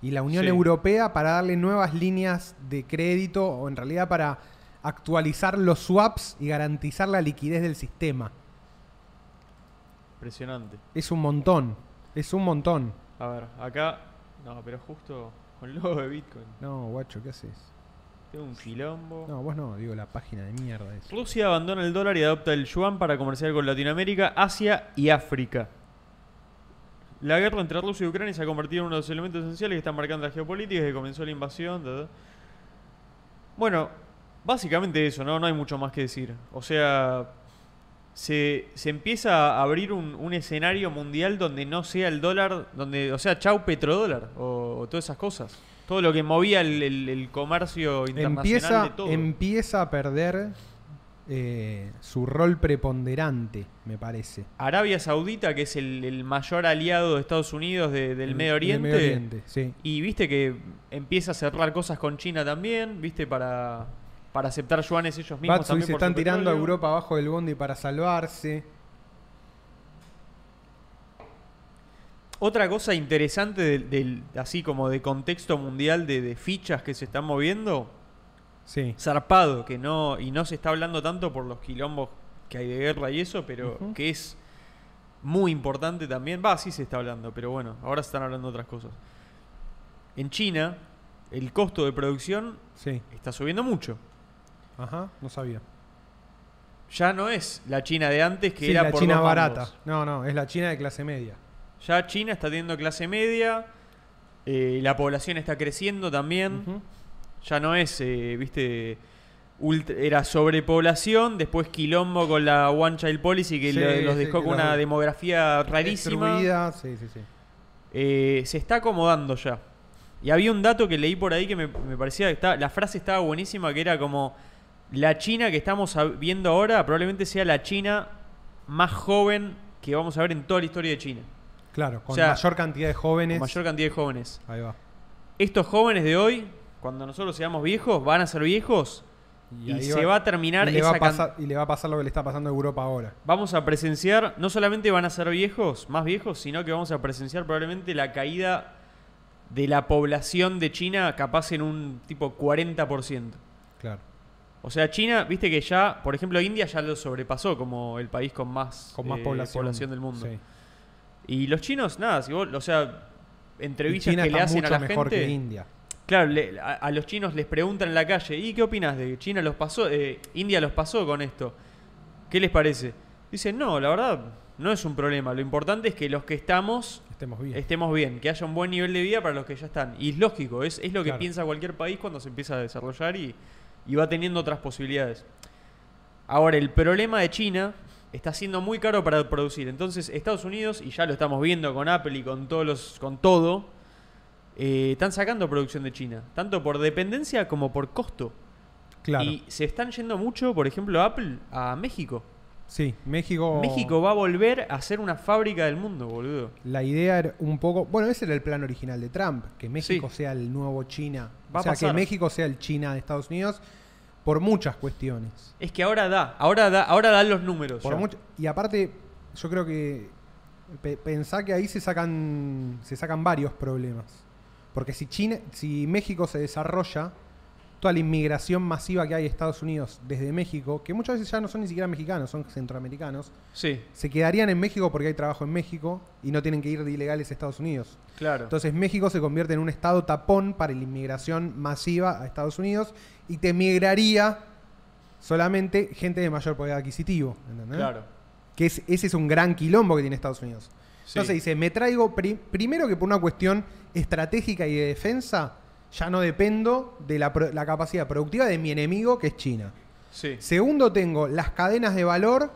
y la Unión Sí. Europea para darle nuevas líneas de crédito o en realidad para actualizar los swaps y garantizar la liquidez del sistema. Impresionante. Es un montón, es un montón. A ver, acá... No, pero justo con el logo de Bitcoin. No, guacho, ¿qué haces? Tengo un quilombo. No, vos no, digo la página de mierda esa. Rusia abandona el dólar y adopta el yuan para comerciar con Latinoamérica, Asia y África. La guerra entre Rusia y Ucrania se ha convertido en uno de los elementos esenciales que están marcando la geopolítica desde que comenzó la invasión. da, da. Bueno, básicamente eso, ¿no? No hay mucho más que decir. O sea, se, se empieza a abrir un, un escenario mundial donde no sea el dólar, donde, o sea, chau petrodólar o, o todas esas cosas. Todo lo que movía el, el- el comercio internacional de empieza, todo. empieza a perder eh, su rol preponderante, me parece. Arabia Saudita, que es el, el mayor aliado de Estados Unidos de- del En- Medio en el Oriente. Medio Oriente, sí. Y viste que empieza a cerrar cosas con China también, viste, para, para aceptar yuanes ellos mismos. Batsui también se por su están tirando a petróleo. Europa abajo del bondi para salvarse. Otra cosa interesante, del, del- así como de contexto mundial de, de fichas que se están moviendo, Sí. zarpado, que no, y no se está hablando tanto por los quilombos que hay de guerra y eso, pero Ujú. que es muy importante también. Va, sí se está hablando, pero bueno, ahora se están hablando otras cosas. En China, el costo de producción Sí. está subiendo mucho. Ajá, no sabía. Ya no es la China de antes que Sí, era la por China dos barata. mangos. No, no, es la China de clase media. Ya China está teniendo clase media, eh, la población está creciendo también. Ujú. Ya no es, eh, viste, ultra- era sobrepoblación, después quilombo con la One Child Policy que Sí, lo- los sí, dejó que con los- una demografía rarísima. Destruida, sí, sí, sí. Eh, se está acomodando ya. Y había un dato que leí por ahí que me, me parecía que está- la frase estaba buenísima, que era como, la China que estamos a- viendo ahora probablemente sea la China más joven que vamos a ver en toda la historia de China. Claro, con O sea, mayor cantidad de jóvenes. Con mayor cantidad de jóvenes. Ahí va. Estos jóvenes de hoy, cuando nosotros seamos viejos, van a ser viejos Y, se va, a terminar y le, esa va a can- pasar, y le va a pasar lo que le está pasando a Europa ahora. Vamos a presenciar, no solamente van a ser viejos, más viejos, sino que vamos a presenciar probablemente la caída de la población de China capaz en un tipo 40%. Claro. O sea, China, viste que ya, por ejemplo, India ya lo sobrepasó como el país con más, Con más eh, población. del mundo. Sí. Y los chinos, nada, si vos, o sea, Y entrevistas China que le está hacen mucho a la mejor gente. que India. Claro, le- a, a los chinos les preguntan en la calle, ¿y qué opinas de que China los pasó, eh, India los pasó con esto? ¿Qué les parece? Dicen, no, la verdad, no es un problema. Lo importante es que los que estamos Estemos bien. estemos bien, que haya un buen nivel de vida para los que ya están. Y es lógico, es, es lo que Claro. piensa cualquier país cuando se empieza a desarrollar y, y va teniendo otras posibilidades. Ahora, el problema de China está siendo muy caro para producir. Entonces, Estados Unidos, y ya lo estamos viendo con Apple y con, todos los, con todo, eh, están sacando producción de China, tanto por dependencia como por costo. Claro. Y se están yendo mucho, por ejemplo, Apple a México. Sí, México. México va a volver a ser una fábrica del mundo, boludo. La idea era un poco. Bueno, ese era el plan original de Trump, que México Sí. sea el nuevo China. Va o a sea, que pasar. México sea el China de Estados Unidos por muchas cuestiones. Es que ahora da, ahora da, ahora dan los números. Por ya. mucho- y aparte, yo creo que pe- pensá que ahí se sacan, se sacan varios problemas. Porque si China, si México se desarrolla, toda la inmigración masiva que hay de Estados Unidos desde México, que muchas veces ya no son ni siquiera mexicanos, son centroamericanos, Sí, se quedarían en México porque hay trabajo en México y no tienen que ir de ilegales a Estados Unidos. claro. Entonces México se convierte en un estado tapón para la inmigración masiva a Estados Unidos y te migraría solamente gente de mayor poder adquisitivo. ¿entendés? claro. Que es- ese es un gran quilombo que tiene Estados Unidos. Sí. Entonces dice, me traigo, pri- primero que por una cuestión estratégica y de defensa, ya no dependo de la, pro- la capacidad productiva de mi enemigo, que es China. Sí, Segundo, tengo las cadenas de valor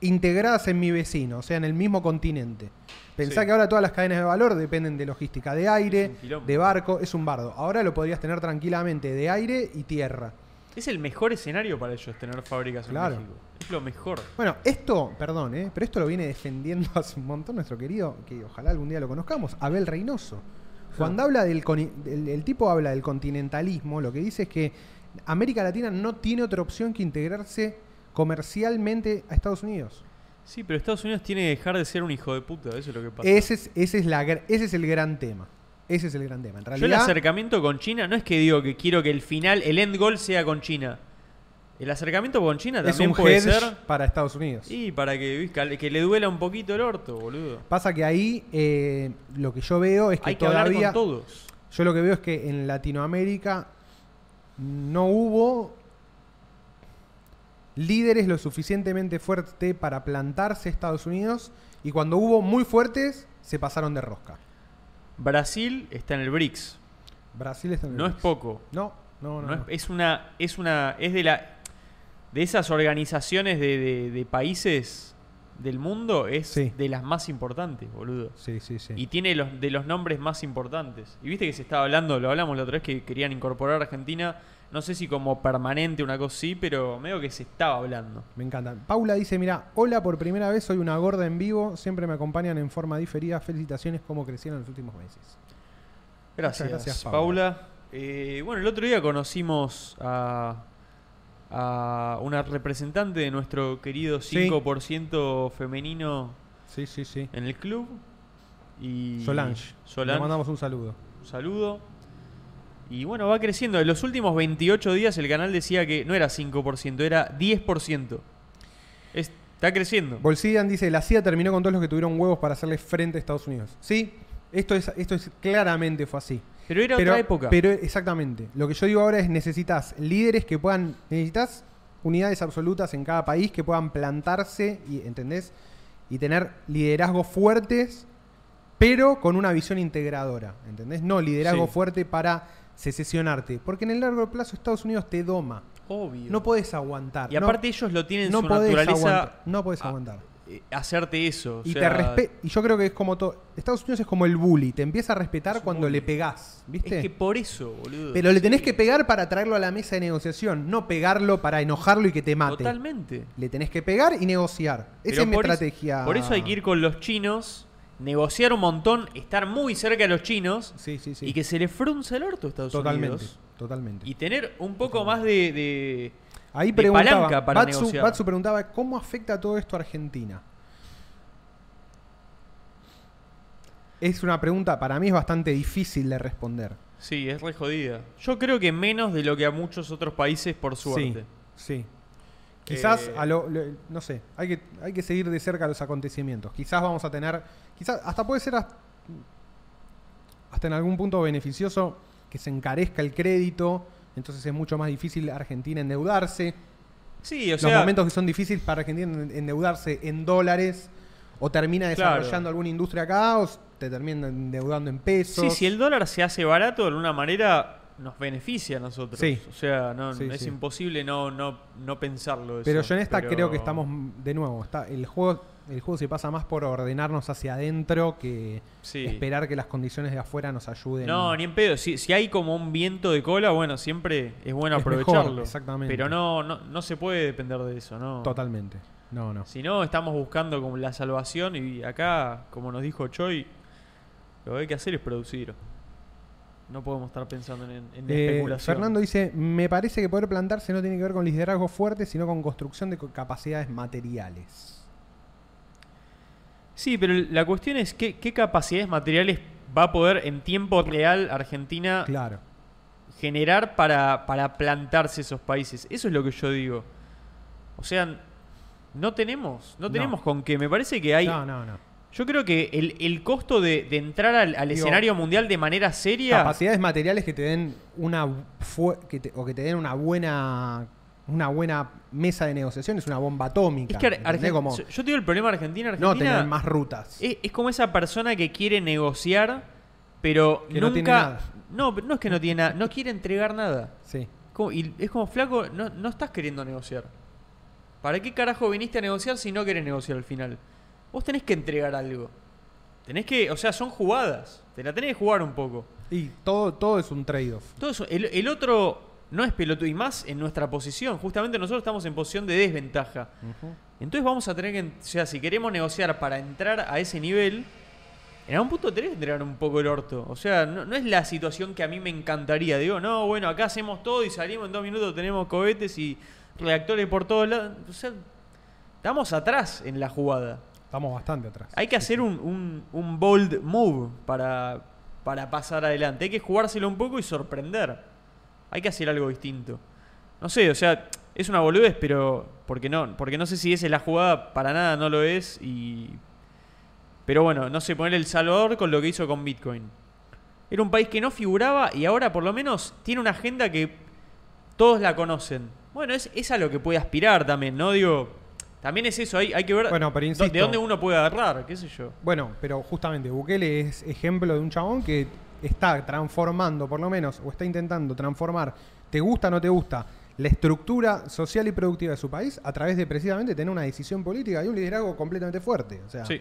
integradas en mi vecino, o sea, en el mismo continente. Pensá Sí. que ahora todas las cadenas de valor dependen de logística de Es aire, un quilombo. de barco, es un bardo. Ahora lo podrías tener tranquilamente de aire y tierra. es el mejor escenario para ellos tener fábricas Claro. en México. Es lo mejor. Bueno, esto, perdón, ¿eh? pero esto lo viene defendiendo hace un montón nuestro querido, que ojalá algún día lo conozcamos, Abel Reynoso. Ah. Cuando habla del, coni- del- el tipo habla del continentalismo, lo que dice es que América Latina no tiene otra opción que integrarse comercialmente a Estados Unidos. Sí, pero Estados Unidos tiene que dejar de ser un hijo de puta, eso es lo que pasa. Ese es, ese, es la, gr- ese es el gran tema. Ese es el gran tema. En Yo el realidad, acercamiento con China no es que digo que quiero que el final, el end goal sea con China. El acercamiento con China es también un puede hedge ser. para Estados Unidos. Y para que, que le duela un poquito el orto, boludo. Pasa que ahí eh, lo que yo veo es que Hay que todavía. hablar con todos. Yo lo que veo es que en Latinoamérica no hubo líderes lo suficientemente fuerte para plantarse a Estados Unidos y cuando hubo muy fuertes se pasaron de rosca. Brasil está en el BRICS. Brasil está en el No es BRICS. poco. No, no, no. No es, no. es una es una es de la de esas organizaciones de, de- de países del mundo es Sí. de las más importantes boludo Sí, sí, sí. y tiene los de los nombres más importantes y viste que se estaba hablando lo hablamos la otra vez que querían incorporar a Argentina no sé si como permanente una cosa así pero medio que se estaba hablando Me encantan. Paula dice, mira, hola por primera vez, soy una gorda en vivo, siempre me acompañan en forma diferida, felicitaciones como crecieron en los últimos meses. gracias, Muchas gracias, Paula, Eh, bueno el otro día conocimos a a una representante de nuestro querido Sí. 5% femenino Sí, sí, sí. en el club. Y Solange. Solange, Le mandamos un saludo. un saludo. Y bueno, va creciendo. En los últimos 28 días el canal decía que no era 5%, era 10%. Es- está creciendo. Bolsidian dice, la CIA terminó con todos los que tuvieron huevos para hacerle frente a Estados Unidos. Sí, esto es, esto es claramente fue así. Pero era pero, otra época. pero exactamente. Lo que yo digo ahora es necesitas líderes que puedan, necesitas unidades absolutas en cada país que puedan plantarse y, ¿entendés? Y tener liderazgos fuertes, pero con una visión integradora, ¿entendés? No liderazgo Sí. fuerte para secesionarte, porque en el largo plazo Estados Unidos te doma. Obvio. No podés aguantar. y aparte ellos lo tienen en no, su no podés naturaleza aguantar. No podés Ah, aguantar. eh, hacerte eso. o Y, sea, te respe- y yo creo que es como todo. Estados Unidos es como el bully, te empieza a Es respetar un cuando bully. le pegás, ¿viste? Es que por eso, boludo. Pero le tenés Sí. que pegar para traerlo a la mesa de negociación, no pegarlo para enojarlo y que te mate. Totalmente. Le tenés que pegar y negociar. Esa Pero es mi por eso- estrategia. por eso hay que ir con los chinos, negociar un montón, estar muy cerca de los chinos Sí, sí, sí. y que se le frunza el orto a Estados Totalmente. Unidos. totalmente. Y tener un poco más de, de- Ahí de preguntaba, palanca para Batsu, negociar. Batsu preguntaba cómo afecta todo esto a Argentina. Es una pregunta, para mí es bastante difícil de responder. Sí, es re jodida. Yo creo que menos de lo que a muchos otros países, por suerte. Sí, sí. Quizás, Eh, a lo, le- no sé, hay que, hay que seguir de cerca los acontecimientos. Quizás vamos a tener, quizás hasta puede ser hasta, hasta en algún punto beneficioso que se encarezca el crédito, entonces es mucho más difícil Argentina endeudarse. Sí, o los sea, momentos que son difíciles para Argentina en- endeudarse en dólares o termina Claro. desarrollando alguna industria acá o s- te termina endeudando en pesos. sí, si el dólar se hace barato, de alguna manera nos beneficia a nosotros. Sí. O sea, no, Sí, es sí. imposible no, no, no pensarlo. eso. Pero yo en esta Pero- creo que estamos m- de nuevo. Está, el juego, el juego se pasa más por ordenarnos hacia adentro que Sí. esperar que las condiciones de afuera nos ayuden. No, ni en pedo. Si, si hay como un viento de cola, bueno, siempre es bueno Es mejor, aprovecharlo. exactamente. Pero no, no, no se puede depender de eso, ¿no? Totalmente. No, no. Si no, estamos buscando como la salvación y acá, como nos dijo Choi, lo que hay que hacer es producir. No podemos estar pensando en, en Eh, especulación. Fernando dice, me parece que poder plantarse no tiene que ver con liderazgo fuerte, sino con construcción de co- capacidades materiales. Sí, pero la cuestión es qué, qué capacidades materiales va a poder en tiempo real Argentina Claro. generar para, para plantarse esos países. Eso es lo que yo digo. O sea, no tenemos, no No. tenemos con qué. Me parece que hay... No, no, no. Yo creo que el, el costo de, de entrar al, al Digo, escenario mundial de manera seria... Capacidades materiales que te den una fu- que te- o que te den una buena una buena mesa de negociaciones, una bomba atómica. Es que Ar- ¿entendés? Argen- Como yo yo te digo el problema de Argentina. Argentina no tener más rutas. es, es como esa persona que quiere negociar, pero Que nunca. no tiene nada. No, pero no es que no tiene nada, no quiere entregar nada. Sí. Como- y es como flaco, no, no estás queriendo negociar. ¿Para qué carajo viniste a negociar si no querés negociar al final? Vos tenés que entregar algo. Tenés que, o sea, son jugadas. Te la tenés que jugar un poco. Y todo, todo es un trade-off. Todo eso, el, el otro no es pelotudo y más en nuestra posición. Justamente nosotros estamos en posición de desventaja. Entonces vamos a tener que, en- o sea, si queremos negociar para entrar a ese nivel, en algún punto tenés que entregar un poco el orto. O sea, no, no es la situación que a mí me encantaría. Digo, no, bueno, acá hacemos todo y salimos en dos minutos, tenemos cohetes y reactores por todos lados. O sea, estamos atrás en la jugada. Estamos bastante atrás. Hay que hacer un, un- un bold move para, para pasar adelante. Hay que jugárselo un poco y sorprender. Hay que hacer algo distinto. No sé, o sea, es una boludez, pero. Porque no, porque no sé si esa es la jugada, para nada no lo es. Y. Pero bueno, no sé, poner El Salvador con lo que hizo con Bitcoin. Era un país que no figuraba y ahora por lo menos tiene una agenda que todos la conocen. Bueno, es, es a lo que puede aspirar también, ¿no? Digo, también es eso, hay, hay que ver Bueno, pero do- insisto. de dónde uno puede agarrar, qué sé yo. Bueno, pero justamente Bukele es ejemplo de un chabón que está transformando, por lo menos, o está intentando transformar, te gusta o no te gusta, la estructura social y productiva de su país a través de precisamente tener una decisión política y un liderazgo completamente fuerte. O sea, Sí.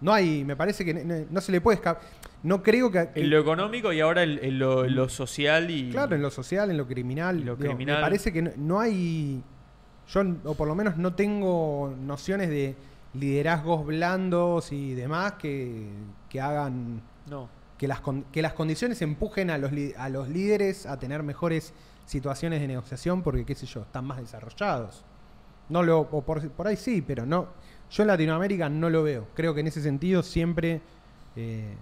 no hay, me parece que no, no se le puede escapar. No creo que, que- En lo económico y ahora en, en lo, en lo social y. Claro, en lo social, en lo criminal. Y lo digo, criminal. Me parece que no, no hay. Yo, n- o por lo menos, no tengo nociones de liderazgos blandos y demás que, que hagan. No. Que las, con- que las condiciones empujen a los, li- a los líderes a tener mejores situaciones de negociación porque, qué sé yo, están más desarrollados. No lo, o por, por ahí sí, pero no. Yo en Latinoamérica no lo veo. Creo que en ese sentido siempre eh,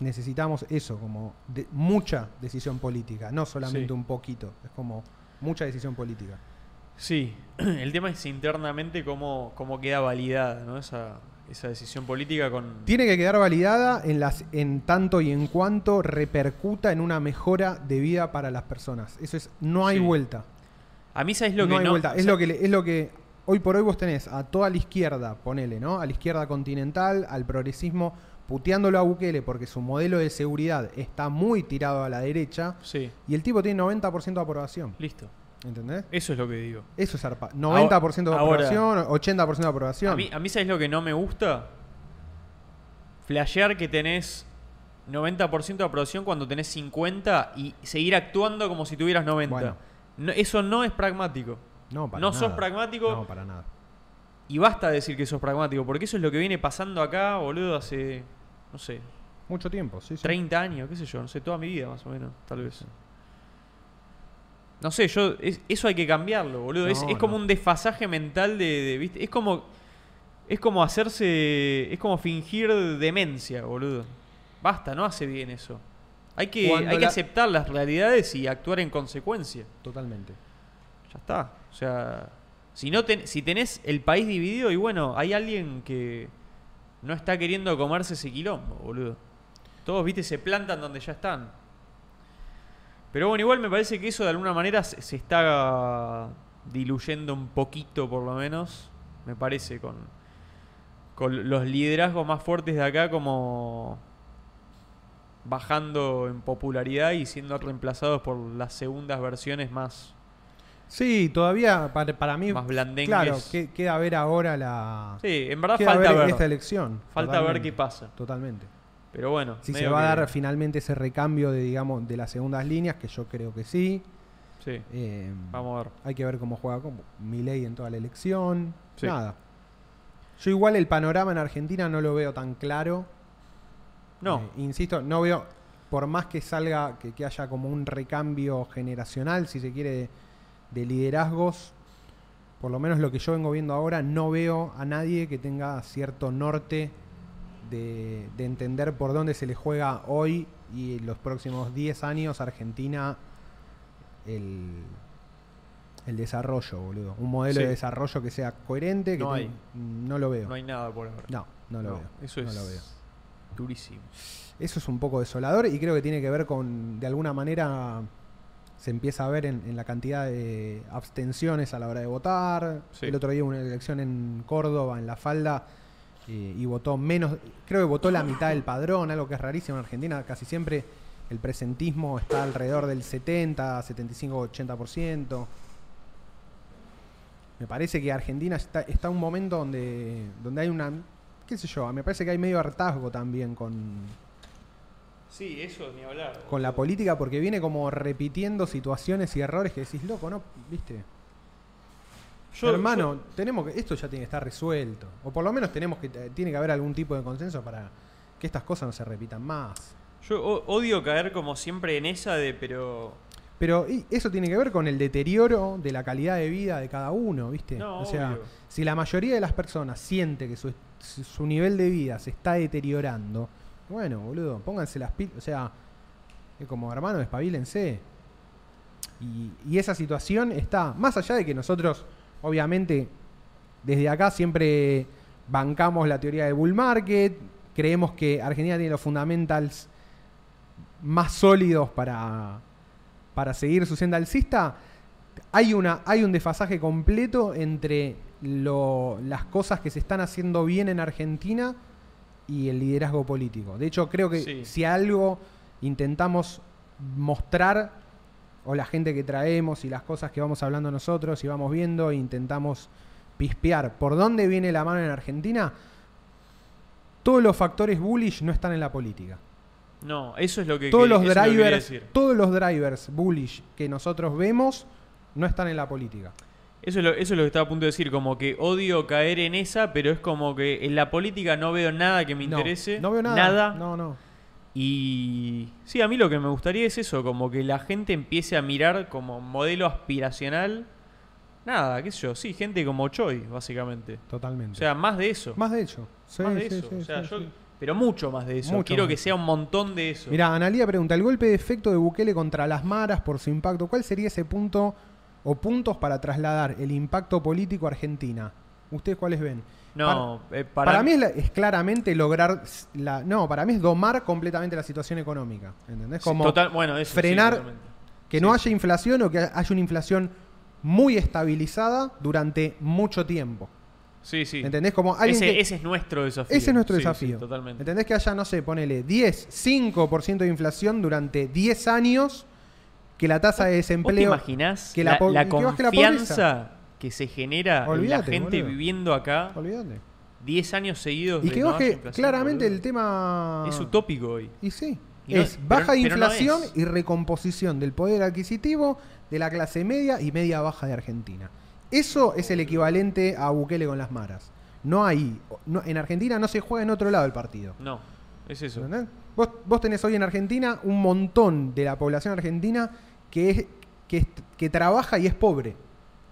necesitamos eso, como de- mucha decisión política, no solamente Sí. un poquito. Es como mucha decisión política. Sí, el tema es internamente cómo, cómo queda validada ¿no? esa, esa decisión política con. Tiene que quedar validada en, las, en tanto y en cuanto repercuta en una mejora de vida para las personas. Eso es, no hay Sí. vuelta. A mí, ¿sabes lo no que hay no? vuelta. o Es sea, lo, que, le- es lo que hoy por hoy vos tenés a toda la izquierda, ponele, ¿no? A la izquierda continental, al progresismo, puteándolo a Bukele porque su modelo de seguridad está muy tirado a la derecha Sí, y el tipo tiene 90% de aprobación. listo. ¿Entendés? Eso es lo que digo. Eso es zarpa. 90% de Ahora- aprobación, 80% de aprobación. A mí, a mí, ¿sabes lo que no me gusta? Flashear que tenés 90% de aprobación cuando tenés 50 y seguir actuando como si tuvieras 90. Bueno. No, eso no es pragmático. no, para no nada. sos pragmático. No, para nada. Y basta de decir que sos pragmático, porque eso es lo que viene pasando acá, boludo, hace, no sé, Mucho tiempo, sí, sí. 30 años, qué sé yo, no sé, toda mi vida más o menos, tal vez. No sé, yo es- eso hay que cambiarlo, boludo. es, No, es como no. un desfasaje mental de, de, ¿viste? Es como es como hacerse es como fingir demencia, boludo. Basta, no hace bien eso. Hay que Cuando hay que la- aceptar las realidades y actuar en consecuencia. Totalmente. Ya está. O sea, si, no ten- si tenés el país dividido y bueno, hay alguien que no está queriendo comerse ese quilombo, boludo. Todos, viste, se plantan donde ya están. Pero bueno, igual me parece que eso de alguna manera se, se está diluyendo un poquito, por lo menos. Me parece, con, con los liderazgos más fuertes de acá como bajando en popularidad y siendo reemplazados por las segundas versiones más Sí, todavía para, para mí. Más blandengues. Claro, que- queda ver ahora la. Sí, en verdad queda falta ver ver. esta elección. Falta ver qué pasa. Totalmente. Pero bueno. Si se medio va a que- dar finalmente ese recambio de, digamos, de las segundas líneas, que yo creo que sí. Sí, Eh, vamos a ver. Hay que ver cómo juega con Milei en toda la elección. Sí. Nada. Yo igual el panorama en Argentina no lo veo tan claro. No, Eh, insisto, no veo, por más que salga, que, que haya como un recambio generacional, si se quiere, de, de liderazgos, por lo menos lo que yo vengo viendo ahora, no veo a nadie que tenga cierto norte de, de entender por dónde se le juega hoy y en los próximos 10 años Argentina el, el desarrollo, boludo. Un modelo Sí. de desarrollo que sea coherente, que No ten- hay. no lo veo. no hay nada por ahora. No, eh, no lo No, veo. Eso no es lo veo. durísimo. Eso es un poco desolador y creo que tiene que ver con, de alguna manera, se empieza a ver en, en la cantidad de abstenciones a la hora de votar. Sí. El otro día hubo una elección en Córdoba, en La Falda, eh, y votó menos, creo que votó la mitad del padrón, algo que es rarísimo en Argentina, casi siempre el presentismo está alrededor del 70, 75, 80%. Me parece que Argentina está, está en un momento donde, donde hay una, qué sé yo, me parece que hay medio hartazgo también con, Sí, eso ni hablar. con la política porque viene como repitiendo situaciones y errores que decís, loco, ¿no? ¿Viste? Hermano, tenemos que esto ya tiene que estar resuelto. O por lo menos tenemos que eh, tiene que haber algún tipo de consenso para que estas cosas no se repitan más. Yo, yo o- odio caer como siempre en esa de, pero. Pero y eso tiene que ver con el deterioro de la calidad de vida de cada uno, ¿viste? No, o sea, obvio. si la mayoría de las personas siente que su, su nivel de vida se está deteriorando, bueno, boludo, pónganse las pilas, o sea, es como hermano, despabilense. Y, y esa situación está, más allá de que nosotros, obviamente, desde acá siempre bancamos la teoría del bull market, creemos que Argentina tiene los fundamentals más sólidos para, para seguir su senda alcista, hay, una, hay un desfasaje completo entre lo- las cosas que se están haciendo bien en Argentina y el liderazgo político. De hecho, creo que Sí. si algo intentamos mostrar, o la gente que traemos y las cosas que vamos hablando nosotros y vamos viendo e intentamos pispear por dónde viene la mano en Argentina, todos los factores bullish no están en la política No, eso es lo que. todos que- los eso es lo que quería drivers, decir. todos los drivers bullish que nosotros vemos no están en la política. Eso es, lo, eso es lo que estaba a punto de decir, como que odio caer en esa, pero es como que en la política no veo nada que me No, interese. No, veo nada. Nada. No, no. Y sí, a mí lo que me gustaría es eso, como que la gente empiece a mirar como modelo aspiracional. Nada, qué sé yo, sí, gente como Choi, básicamente. Totalmente. O sea, más de eso. más de hecho. Sí, Más de sí, eso. sí, o sea, sí, yo- sí. Pero mucho más de eso. Mucho Quiero más. que sea un montón de eso. Mira, Analía pregunta, el golpe de efecto de Bukele contra las maras por su impacto, ¿cuál sería ese punto o puntos para trasladar el impacto político a Argentina? ¿Ustedes cuáles ven? no, eh, Para, para mí es, la- es claramente lograr s- la no, para mí es domar completamente la situación económica, ¿entendés? sí, Como total- bueno, eso, sí, frenar- totalmente. Que no haya inflación o que haya una inflación muy estabilizada durante mucho tiempo. Sí, sí. ¿Entendés? Como alguien Ese, que- ese, ese es nuestro desafío. es nuestro Sí, sí, desafío. totalmente. ¿Entendés que haya, no sé, ponele 10, 5% de inflación durante 10 años, que la tasa de ¿Vos te desempleo... imaginás que que la la, po- la que baje la confianza que se genera Olvídate, en la gente boludo. viviendo acá Olvídate. 10 años seguidos Y de que no haya baje inflación, claramente boludo. el tema... Es utópico hoy. Y sí. Y no- es pero- baja pero no inflación es. y recomposición del poder adquisitivo de la clase media y media baja de Argentina. Eso es el equivalente a Bukele con las maras. No hay. no- en Argentina no se juega en otro lado el partido. No, es eso. ¿Entendés? Vos, vos tenés hoy en Argentina un montón de la población argentina que, es, que, es- que trabaja y es pobre.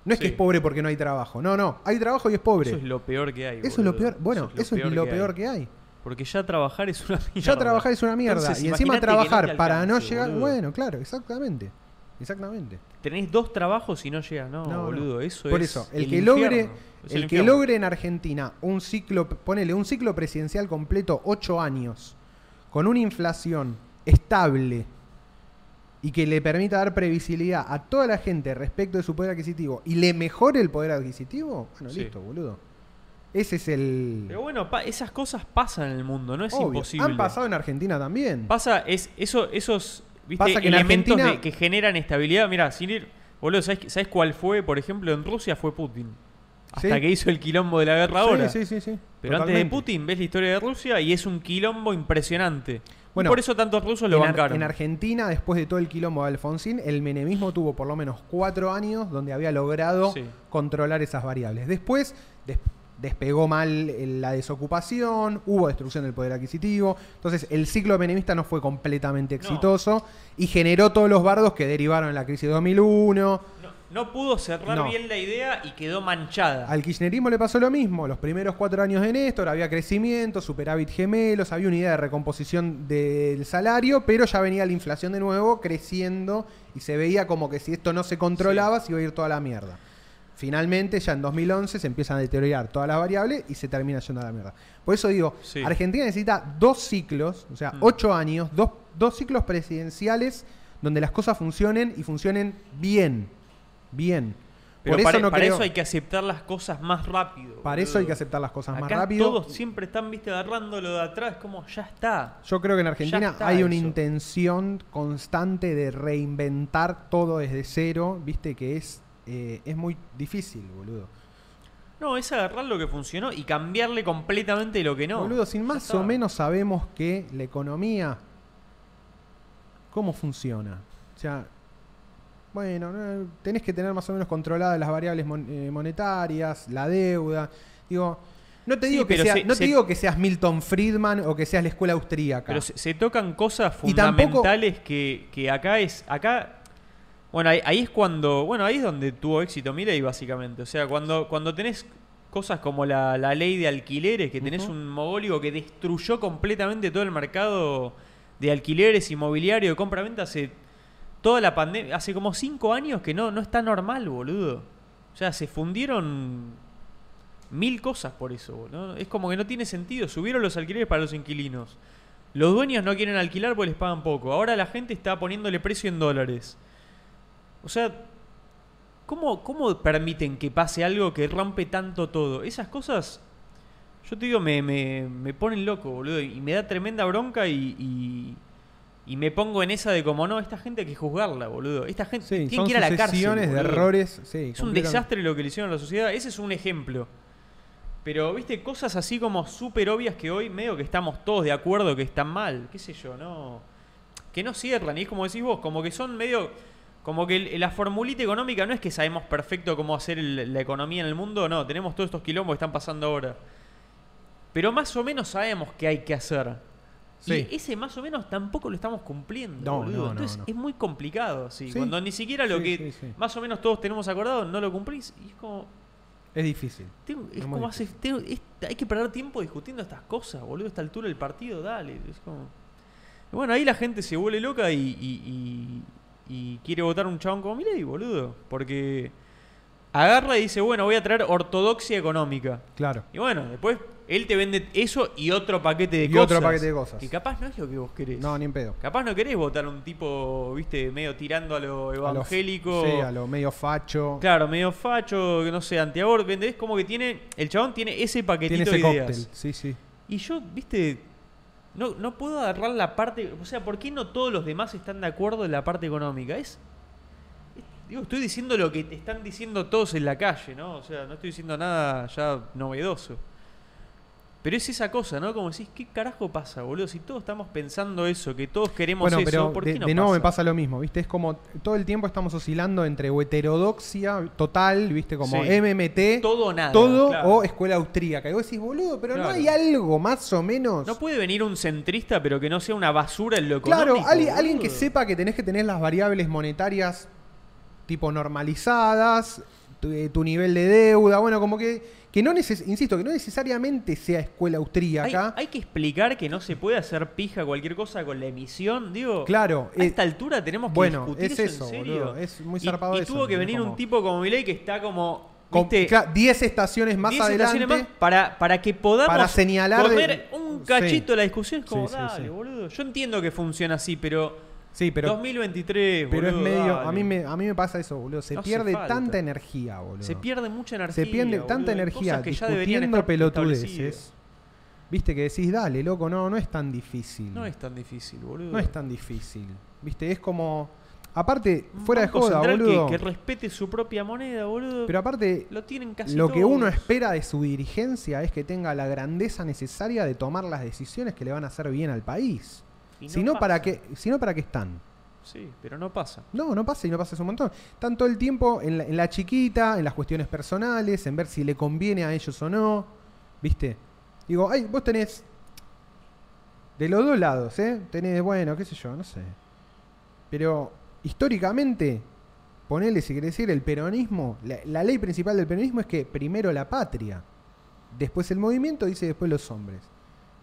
No es que Sí. es pobre porque no hay trabajo. No, no. Hay trabajo y es pobre. Eso es lo peor que hay. Eso es lo boludo. peor. Bueno, eso es lo peor que hay. Porque ya trabajar es una mierda. Ya trabajar es una mierda. Entonces, y encima imaginate que no te trabajar para alcance, no llegar. boludo. Bueno, claro, exactamente. Exactamente. Tenés dos trabajos y no llegas. No, No, no. boludo, eso Por es. eso, el, el que logre, infierno. Es el, el que infierno. logre en Argentina un ciclo, ponele un ciclo presidencial completo, ocho años, con una inflación estable y que le permita dar previsibilidad a toda la gente respecto de su poder adquisitivo y le mejore el poder adquisitivo, bueno, Sí. listo, boludo. Ese es el. Pero bueno, pa- esas cosas pasan en el mundo, no es Obvio. imposible. Han pasado en Argentina también. Pasa, es, eso, esos ¿viste? Pasa que en elementos Argentina- de- que generan estabilidad. Mira, sin ir. Boludo, ¿sabes, sabes cuál fue? Por ejemplo, en Rusia fue Putin. Hasta Sí. que hizo el quilombo de la guerra Sí, ahora. sí, sí, sí. Pero antes de Totalmente. Putin ves la historia de Rusia y es un quilombo impresionante. Bueno, y por eso tantos rusos lo en, Ar- bancaron. en Argentina, después de todo el quilombo de Alfonsín, el menemismo tuvo por lo menos cuatro años donde había logrado Sí. controlar esas variables. Después des- despegó mal eh, la desocupación, hubo destrucción del poder adquisitivo. Entonces, el ciclo menemista no fue completamente exitoso y generó todos los bardos que derivaron en la crisis de 2001. no, no pudo cerrar No. bien la idea y quedó manchada. Al kirchnerismo le pasó lo mismo. Los primeros cuatro años de Néstor había crecimiento, superávit gemelos, había una idea de recomposición del salario, pero ya venía la inflación de nuevo creciendo y se veía como que si esto no se controlaba se iba a ir toda la mierda. Finalmente, ya en 2011 se empiezan a deteriorar todas las variables y se termina yendo a la mierda. Por eso digo, Sí. Mm. Argentina necesita dos ciclos, o sea, ocho años, dos, dos ciclos presidenciales donde las cosas funcionen y funcionen bien. Bien. Pero Por para, eso no para creo- eso hay que aceptar las cosas más rápido. para boludo. eso hay que aceptar las cosas más Acá rápido. Todos siempre están, viste, agarrando lo de atrás, como ya está. Yo creo que en Ya Argentina está hay una eso. intención constante de reinventar todo desde cero, viste que es, eh, es muy difícil, boludo. No, es agarrar lo que funcionó y cambiarle completamente lo que no. boludo, sin Ya más está. o menos sabemos que la economía, ¿cómo funciona? O sea, bueno, no, tenés que tener más o menos controladas las variables mon- eh, monetarias, la deuda. Digo, no te, Sí, digo, que pero sea- se- no te se- digo que seas Milton Friedman o que seas la escuela austríaca. Pero se, se tocan cosas Y tampoco- fundamentales que, que acá es. Acá. Bueno, ahí, ahí es cuando. Bueno, ahí es donde tuvo éxito Milei, básicamente. O sea, cuando, cuando tenés cosas como la, la ley de alquileres, que tenés un mogólico que destruyó completamente todo el mercado de alquileres, inmobiliario, de compra-venta hace toda la pandemia. Hace como cinco años que no, no está normal, boludo. O sea, se fundieron mil cosas por eso. boludo. Es como que no tiene sentido. Subieron los alquileres para los inquilinos. Los dueños no quieren alquilar porque les pagan poco. Ahora la gente está poniéndole precio en dólares. O sea, ¿cómo, cómo permiten que pase algo que rompe tanto todo? Esas cosas, yo te digo, me, me- me ponen loco, boludo. Y me da tremenda bronca y, y- y me pongo en esa de como, no, esta gente hay que juzgarla, boludo. Esta gente Sí, tiene son que ir a la cárcel. sucesiones de boludo. errores. sí, Es un completamente. desastre lo que le hicieron a la sociedad. Ese es un ejemplo. Pero, viste, cosas así como súper obvias que hoy medio que estamos todos de acuerdo que están mal. ¿Qué sé yo? No. Que no cierran. Y es como decís vos, como que son medio. Como que el- la formulita económica no es que sabemos perfecto cómo hacer el- la economía en el mundo. No, tenemos todos estos quilombos que están pasando ahora. Pero más o menos sabemos qué hay que hacer. Sí. Y ese más o menos tampoco lo estamos cumpliendo. No, boludo. no, no, Entonces no. es muy complicado. sí. Sí. Cuando ni siquiera lo Sí, que sí, sí. más o menos todos tenemos acordado, no lo cumplís. Y es como. Es difícil. tengo- es Es muy como hace, tengo- es- hay que perder tiempo discutiendo estas cosas, boludo. A esta altura del partido, dale. Es como. Y bueno, ahí la gente se vuelve loca y, y- y- y quiere votar un chabón como Milei, boludo. Porque agarra y dice, bueno, voy a traer ortodoxia económica. Claro. Y bueno, después él te vende eso y otro paquete de Y cosas. otro paquete de cosas. Que capaz no es lo que vos querés. No, ni en pedo. Capaz no querés votar a un tipo, viste, medio tirando a lo A lo- evangélico. Sí, a lo medio facho. Claro, medio facho, que no sé, antiaborto, ¿entendés? Como que tiene, el chabón tiene ese Tiene paquetito ese de ideas. cóctel. Sí, sí. Y yo, viste, no, no puedo agarrar la parte, o sea, ¿por qué no todos los demás están de acuerdo en la parte económica? Es, es- digo, estoy diciendo lo que te están diciendo todos en la calle, ¿no? O sea, no estoy diciendo nada ya novedoso. Pero es esa cosa, ¿no? Como decís, ¿qué carajo pasa, boludo? Si todos estamos pensando eso, que todos queremos Bueno, eso, pero ¿por de, qué no de nuevo pasa? me pasa lo mismo, ¿viste? Es como todo el tiempo estamos oscilando entre o heterodoxia total, ¿viste? Como Sí. MMT, Todo o nada, todo claro. o escuela austríaca. Y vos decís, boludo, pero no Claro. hay algo más o menos. No puede venir un centrista, pero que no sea una basura en lo claro, económico, alguien, boludo. alguien que sepa que tenés que tener las variables monetarias tipo normalizadas, tu, eh, tu nivel de deuda, bueno, como que. Que no neces- insisto, que no necesariamente sea escuela Hay, austríaca. hay que explicar que no se puede hacer pija cualquier cosa con la emisión, digo. Claro, A eh, esta altura tenemos que bueno, discutir es eso, en serio. boludo, es muy Y- zarpado y, eso, tuvo que ¿no? venir Como- un tipo como Milei que está como Con- viste, claro, 10 estaciones más 10 adelante. estaciones más para, para que podamos Para señalar de- poner un cachito Sí. a la discusión. Es como, Sí, sí, dale, sí. boludo. Yo entiendo que funciona así, pero, Sí, pero 2023, Pero boludo, es medio. dale. A mí, me, a mí me pasa eso, boludo. Se No hace pierde falta. tanta energía, boludo. Se pierde mucha energía. Se pierde boludo, tanta en energía cosas que ya deberían discutiendo estar pelotudeces. establecidas. Viste que decís, dale, loco, no, no es tan difícil. No es tan difícil, boludo. No es tan difícil. Viste, es como. Aparte, Un fuera de banco joda, central que- boludo. Que, respete su propia moneda, boludo. Pero aparte, lo tienen casi lo que todos. uno espera de su dirigencia es que tenga la grandeza necesaria de tomar las decisiones que le van a hacer bien al país. Y no Si no, ¿para pasa. qué, si no, ¿para qué están? Sí, pero no pasa. No, no pasa y no pasa es un montón. Están todo el tiempo en la, en la chiquita, en las cuestiones personales, en ver si le conviene a ellos o no. ¿Viste? Digo, ay, vos tenés. De los dos lados, ¿eh? Tenés, bueno, qué sé yo, no sé. Pero históricamente, ponele, si querés decir, el peronismo. La, la ley principal del peronismo es que primero la patria, después el movimiento, dice después los hombres.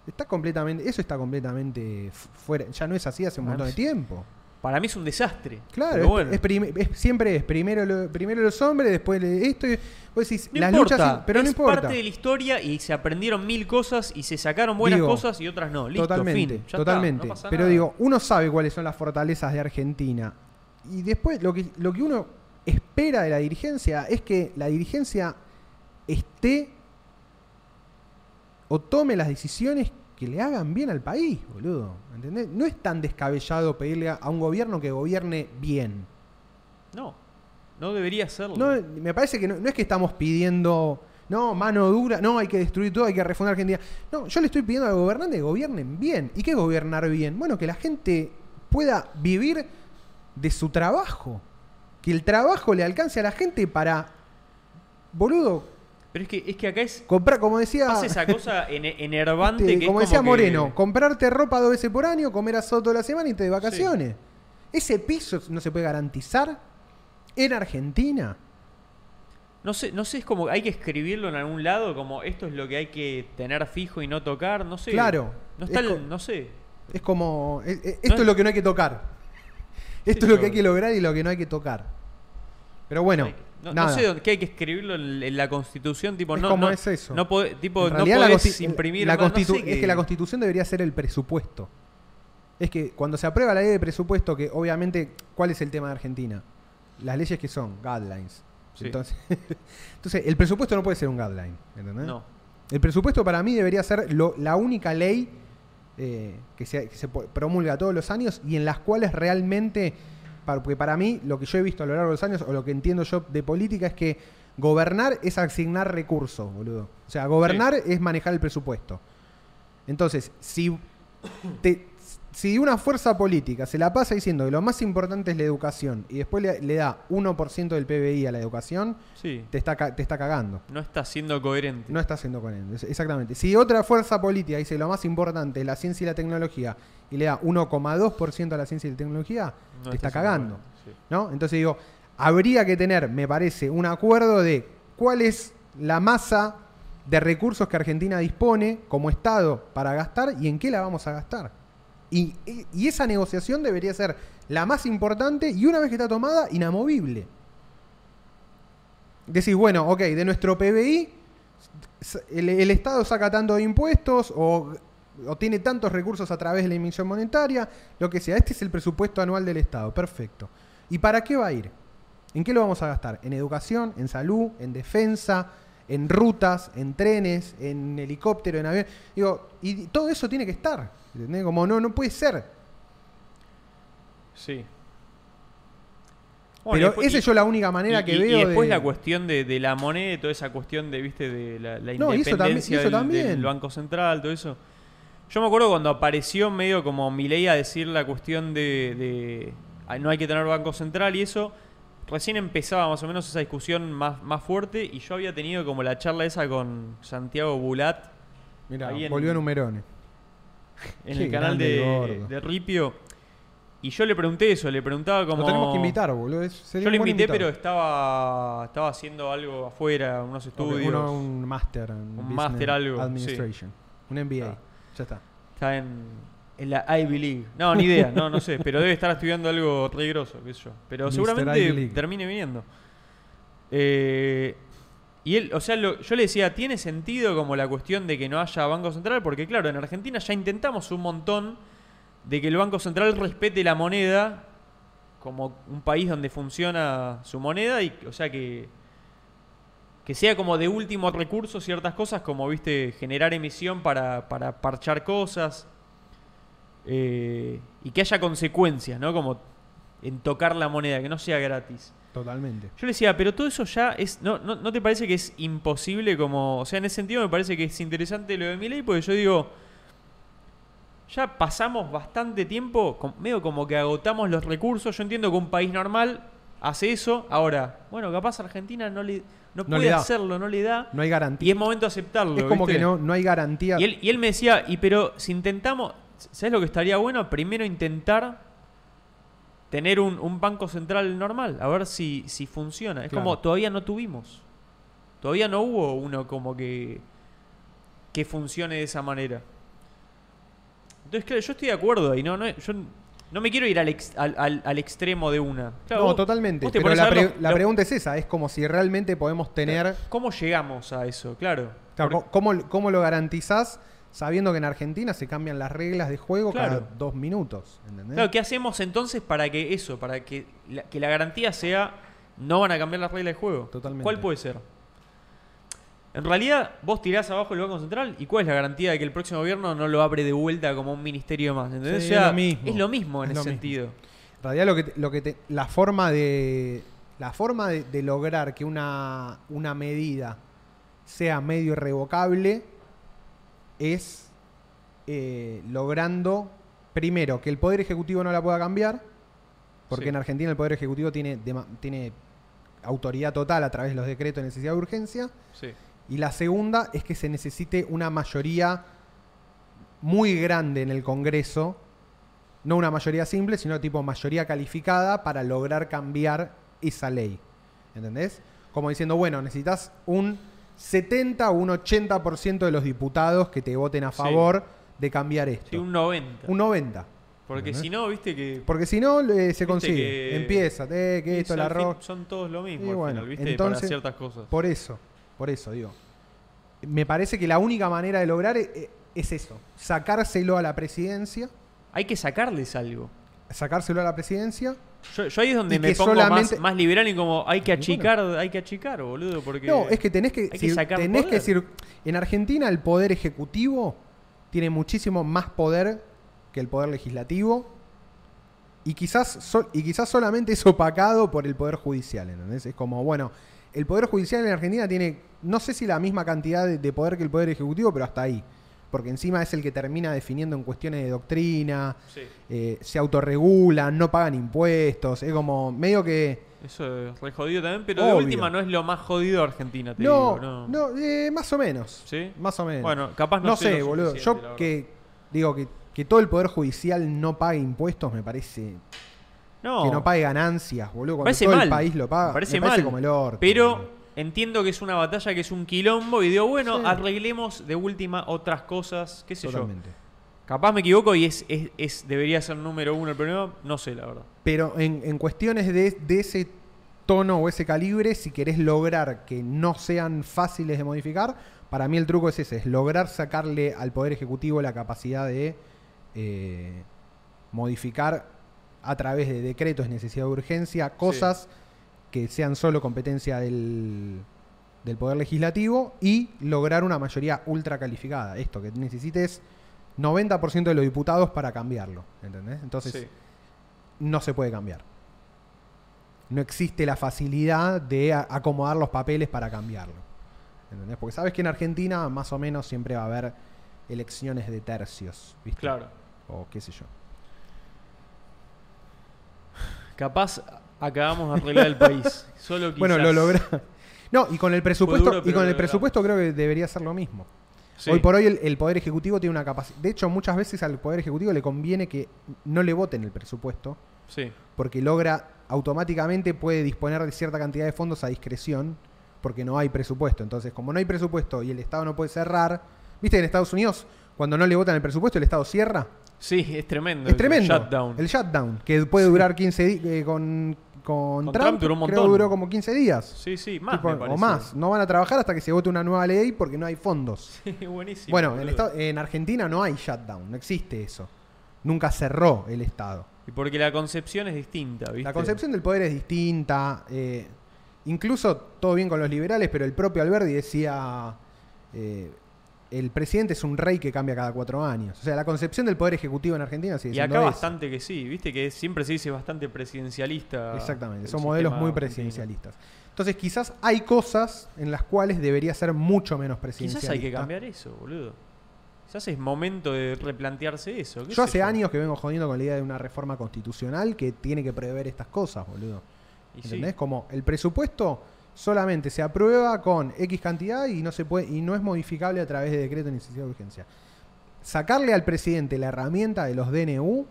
Está completamente. Eso está completamente fu- fuera. Ya no es así hace un Ah, montón de sí. tiempo. Para mí es un desastre. Claro, Pero es- bueno. es prim- es- siempre es primero, lo- primero los hombres, después le- esto. y- vos decís, No las importa, luchas, pero no es importa. parte de la historia y se aprendieron mil cosas y se sacaron buenas Digo, cosas y otras no. Listo, totalmente, fin, ya está, totalmente. no pasa pero nada. digo, uno sabe cuáles son las fortalezas de Argentina. Y después lo que, lo que uno espera de la dirigencia es que la dirigencia esté o tome las decisiones que le hagan bien al país, boludo. ¿Entendés? No es tan descabellado pedirle a- a un gobierno que gobierne bien. No, no debería serlo. No, me parece que no, no es que estamos pidiendo, no, mano dura, no, hay que destruir todo, hay que refundar Argentina. No, yo le estoy pidiendo al gobernante que gobiernen bien. ¿Y qué es gobernar bien? Bueno, que la gente pueda vivir de su trabajo. Que el trabajo le alcance a la gente para, boludo, Pero es que, es que acá es, comprar, como decía, pasa esa cosa en, enervante este, que como es decía como que- Moreno, comprarte ropa dos veces por año, comer asado toda la semana y te de vacaciones. Ese piso no se puede garantizar en Argentina. No sé, no sé, es como hay que escribirlo en algún lado, como esto es lo que hay que tener fijo y no tocar, no sé. Claro, No está es el- co- no sé. Es como. e- e- No esto es- es lo que no hay que tocar. Esto es lo que hay yo- que lograr y lo que no hay que tocar. Pero bueno, Hay- no, no nada. sé dónde, que hay que escribirlo en, en la constitución, tipo, Es no, como no- es eso. No podés, tipo, En no realidad, podés consti- eh, imprimir la más, no constitu- sé Es que la constitución debería ser el presupuesto. Es que cuando se aprueba la ley de presupuesto, que obviamente, ¿cuál es el tema de Argentina? Las leyes que son, guidelines. Sí. Entonces, entonces, el presupuesto no puede ser un guideline. ¿entendés? No. El presupuesto para mí debería ser lo- la única ley eh, que, se, que se po- promulga todos los años y en las cuales realmente, para, porque para mí lo que yo he visto a lo largo de los años o lo que entiendo yo de política es que gobernar es asignar recursos, boludo. O sea, gobernar es manejar el presupuesto. Entonces, si, te- si una fuerza política se la pasa diciendo que lo más importante es la educación y después le, le da 1% del PBI a la educación, Sí. te está, ca- te está cagando. No está siendo coherente. No está haciendo con él, es- exactamente. Si otra fuerza política dice lo más importante es la ciencia y la tecnología y le da 1,2% a la ciencia y la tecnología, No te está siendo cagando. coherente, ¿no? Entonces digo, habría que tener, me parece, un acuerdo de cuál es la masa de recursos que Argentina dispone como Estado para gastar y en qué la vamos a gastar. Y, y- y esa negociación debería ser la más importante y una vez que está tomada, inamovible. Decís, bueno, ok, de nuestro PBI s- el, el Estado saca tanto de impuestos o, o tiene tantos recursos a través de la emisión monetaria, lo que sea. Este es el presupuesto anual del Estado, perfecto. ¿Y para qué va a ir? ¿En qué lo vamos a gastar? ¿En educación? ¿En salud? ¿En defensa? ¿En rutas? ¿En trenes? ¿En helicóptero? ¿En avión? Digo, y todo eso tiene que estar. ¿entendés? Como no, no puede ser Sí. Sí. Bueno, y Pero después- esa y- es yo la única manera que y, y veo después de... la cuestión de, de la moneda, y toda esa cuestión de, viste, de la, la No, y eso también- independencia y eso del- también. Del, Banco Central, todo eso. Yo me acuerdo cuando apareció medio como Milei a decir la cuestión de, de, "Ah, no hay que tener Banco Central y eso. Recién empezaba más o menos esa discusión más, más fuerte y yo había tenido como la charla esa con Santiago Bulat Mirá, ahí en- volvió Numerone. en Qué el canal grande el de, gordo. de Ripio. Y yo le pregunté eso, le preguntaba como... Lo tenemos que invitar, boludo. es- sería Yo lo un buen invité, invitado. pero estaba, estaba haciendo algo afuera, unos Ok, estudios. uno- un máster en Un Business máster algo, sí. Administration. Un MBA. Ah. Ya está. Está en, en la Ivy League. No, ni idea, no, no sé. Pero debe estar estudiando algo peligroso, qué sé yo. Pero Mr. Ivy seguramente League. termine viniendo. Eh, y él, o sea, lo- yo le decía, ¿tiene sentido como la cuestión de que no haya Banco Central? Porque claro, en Argentina ya intentamos un montón de que el Banco Central respete la moneda como un país donde funciona su moneda y, o sea, que que sea como de último recurso ciertas cosas, como viste, generar emisión para, para parchar cosas. eh, y que haya consecuencias, ¿no? Como en tocar la moneda, que no sea gratis. Totalmente. Yo le decía, pero todo eso ya es. ¿No, no, no te parece que es imposible como.? O sea, en ese sentido me parece que es interesante lo de Milei, porque yo digo. Ya pasamos bastante tiempo, com- medio como que agotamos los recursos. Yo entiendo que un país normal hace eso. Ahora, bueno, capaz Argentina no le no, No le puede da. hacerlo, no le da. No hay garantía. Y es momento de aceptarlo. Es como ¿viste? que no, no hay garantía. Y él, y él me decía, y pero si intentamos, ¿sabes lo que estaría bueno? Primero intentar tener un, un banco central normal, a ver si, si funciona. Es Claro. como todavía no tuvimos. Todavía no hubo uno como que, que funcione de esa manera. Entonces, claro, yo estoy de acuerdo ahí, ¿no? no yo no me quiero ir al, ex- al, al- al extremo de una. Claro, no, vos- totalmente. vos te Pero pones a la, ver pre- los- la los- pregunta es esa. Es como si realmente podemos tener... ¿Cómo llegamos a eso? Claro. Claro, Porque- ¿cómo, cómo lo garantizás sabiendo que en Argentina se cambian las reglas de juego Claro. cada dos minutos? ¿entendés? Claro, ¿qué hacemos entonces para que eso, para que la, que la garantía sea no van a cambiar las reglas de juego? Totalmente. ¿Cuál puede ser? En realidad, vos tirás abajo el Banco Central y ¿cuál es la garantía de que el próximo gobierno no lo abre de vuelta como un ministerio más? ¿entendés? Sí, O sea, es lo mismo. es lo mismo en Es ese lo mismo. sentido. En realidad lo que, te- lo que te- la forma de la forma de, de lograr que una, una medida sea medio irrevocable es eh, logrando primero que el poder ejecutivo no la pueda cambiar porque Sí. en Argentina el poder ejecutivo tiene dema- tiene autoridad total a través de los decretos de necesidad de urgencia Sí. y la segunda es que se necesite una mayoría muy grande en el Congreso, no una mayoría simple, sino tipo mayoría calificada para lograr cambiar esa ley. ¿Entendés? Como diciendo, bueno, necesitas un 70 o un 80% de los diputados que te voten a Sí. favor de cambiar esto. Sí, un un, 90. 90. Porque ¿entendés? si no, viste que. Porque si no, eh, se Viste consigue. que- Empieza, eh, que esto, es, el al fin, arroz. Son todos lo mismo Y al bueno, final, viste, para entonces- ciertas cosas. Por eso, por eso digo. Me parece que la única manera de lograr e- e- es, eso, sacárselo a la presidencia, Hay que sacarles algo. sacárselo a la presidencia. Yo, yo ahí es donde Y me que pongo solamente- más, más liberal y como hay que achicar, hay que achicar, boludo, porque No, es que tenés que, hay que cir- sacar tenés poder. que decir, en Argentina el poder ejecutivo tiene muchísimo más poder que el poder legislativo y quizás sol- y quizás solamente es opacado por el poder judicial, ¿entendés? Es como, bueno, el poder judicial en Argentina tiene no sé si la misma cantidad de, de poder que el poder ejecutivo, pero hasta ahí. Porque encima es el que termina definiendo en cuestiones de doctrina, Sí, eh, se autorregulan, no pagan impuestos, es como medio que eso es re jodido también, pero de Obvio. última no es lo más jodido de Argentina, te no, digo, no. no, eh, más o menos. ¿Sí? Más o menos. Bueno, capaz no no sé sé, lo boludo. suficiente, la Yo que digo que, que todo el poder judicial no pague impuestos me parece No, que no pague ganancias, boludo, cuando parece todo mal. el país lo paga. Me parece, me parece mal. como el orto. Pero boludo. entiendo que es una batalla que es un quilombo y digo, bueno, Sí. arreglemos de última otras cosas, qué sé totalmente. yo. Capaz me equivoco y es, es, es- debería ser número uno el problema, no sé, la verdad. Pero en, en cuestiones de, de ese tono o ese calibre, si querés lograr que no sean fáciles de modificar, para mí el truco es ese, es lograr sacarle al Poder Ejecutivo la capacidad de eh, modificar a través de decretos, de necesidad de urgencia, cosas que sean solo competencia del, del Poder Legislativo y lograr una mayoría ultra calificada. Esto, que necesites 90% de los diputados para cambiarlo, ¿entendés? Entonces, Sí. no se puede cambiar. no existe la facilidad de a- acomodar los papeles para cambiarlo. ¿Entendés? Porque sabes que en Argentina más o menos siempre va a haber elecciones de tercios, ¿viste? Claro. O qué sé yo. Capaz acabamos de arreglar el país. Solo quizás. Bueno, lo logra. No, y con el presupuesto, duro, y pero con lo el logramos. presupuesto creo que debería ser lo mismo. Sí. Hoy por hoy el, el Poder Ejecutivo tiene una capacidad. De hecho, muchas veces al Poder Ejecutivo le conviene que no le voten el presupuesto, Sí. porque logra automáticamente puede disponer de cierta cantidad de fondos a discreción, porque no hay presupuesto. Entonces, como no hay presupuesto y el Estado no puede cerrar, viste que en Estados Unidos, cuando no le votan el presupuesto, el Estado cierra. Sí, es tremendo. Es tremendo. El shutdown. El shutdown, que puede durar 15 días. con, con Con Trump, Trump duró un creo montón. duró como 15 días. Sí, sí, más. Tipo, me o parece. más. No van a trabajar hasta que se vote una nueva ley porque no hay fondos. Buenísimo. bueno, en, boludo. Estados- en Argentina no hay shutdown, no existe eso. Nunca cerró el Estado. Y porque la concepción es distinta, ¿viste? La concepción del poder es distinta. eh, incluso todo bien con los liberales, pero el propio Alberti decía, eh, el presidente es un rey que cambia cada cuatro años. O sea, la concepción del poder ejecutivo en Argentina sigue Y siendo acá esa. bastante que sí, viste que siempre se dice bastante presidencialista. Exactamente, el son modelos sistema muy argentino. presidencialistas. Entonces quizás hay cosas en las cuales debería ser mucho menos presidencialista. Quizás hay que cambiar eso, boludo. Quizás es momento de replantearse eso. qué sé Yo hace años que vengo jodiendo con la idea de una reforma constitucional que tiene que prever estas cosas, boludo. Y sí, ¿Entendés? Como el presupuesto solamente se aprueba con X cantidad y no se puede y no es modificable a través de decreto de iniciativa de urgencia. Sacarle al presidente la herramienta de los DNU,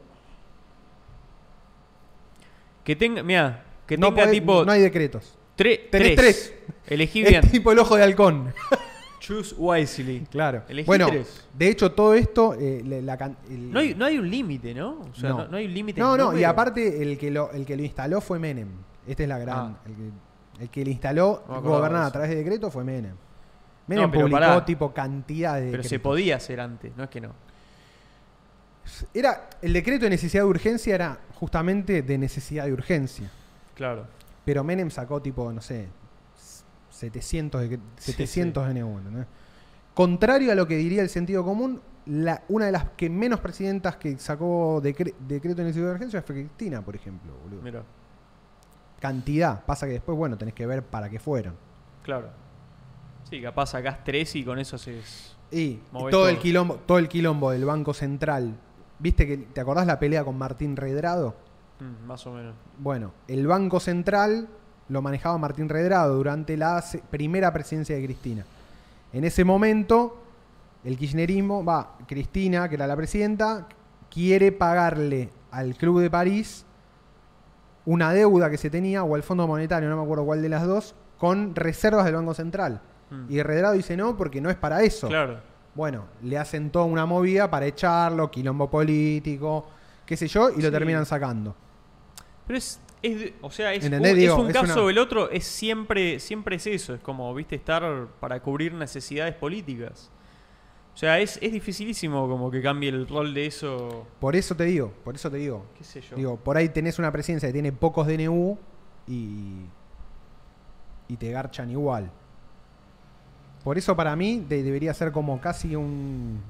Que tenga, mira, que no, tenga podés- tipo no hay decretos. tre- tenés Este- tres. Elegí bien. Es tipo el ojo de halcón. Choose wisely. Claro. Elegí bueno, tres. de hecho todo esto eh, la- la can- el- No hay, no hay un límite, ¿no? O sea, no, no hay un límite. No, en no, y número. aparte el que lo el que lo instaló fue Menem. Esta es la gran Ah. el, que, el que le instaló No me acordaba gobernar de a eso. través de decreto fue Menem. Menem pero publicó pará. tipo cantidad de Pero se decretos. podía hacer antes, no es que no. Era el decreto de necesidad de urgencia era justamente de necesidad de urgencia, Claro. pero Menem sacó tipo, no sé, 700 de, Sí, 700 NU, ¿entendés? Contrario a lo que diría el sentido común, la, una de las que menos presidentas que sacó decre- decreto de necesidad de urgencia fue Cristina, por ejemplo, boludo. Mira, cantidad. Pasa que después, bueno, tenés que ver para qué fueron. claro. Sí, capaz sacás tres y con eso se. Y todo, Movés el todo. quilombo, todo el quilombo del Banco Central. ¿Viste que te acordás la pelea con Martín Redrado? Mm, más o menos. Bueno, el Banco Central lo manejaba Martín Redrado durante la se- primera presidencia de Cristina. En ese momento, el kirchnerismo, va, Cristina, que era la presidenta, quiere pagarle al Club de París una deuda que se tenía, o al Fondo Monetario, no me acuerdo cuál de las dos, con reservas del Banco Central. Mm. Y Redrado dice no, porque no es para eso. Claro. Bueno, le hacen toda una movida para echarlo, quilombo político, qué sé yo, y lo Sí. terminan sacando. Pero es, es de- o sea, es, ¿Entendés? un, Digo, es un es caso una- o el otro, es siempre, siempre es eso, es como, viste, estar para cubrir necesidades políticas. O sea, es, es dificilísimo como que cambie el rol de eso, Por eso te digo, por eso te digo. qué sé yo. Digo, por ahí tenés una presidencia que tiene pocos DNU y, y te garchan igual. Por eso para mí de- debería ser como casi un...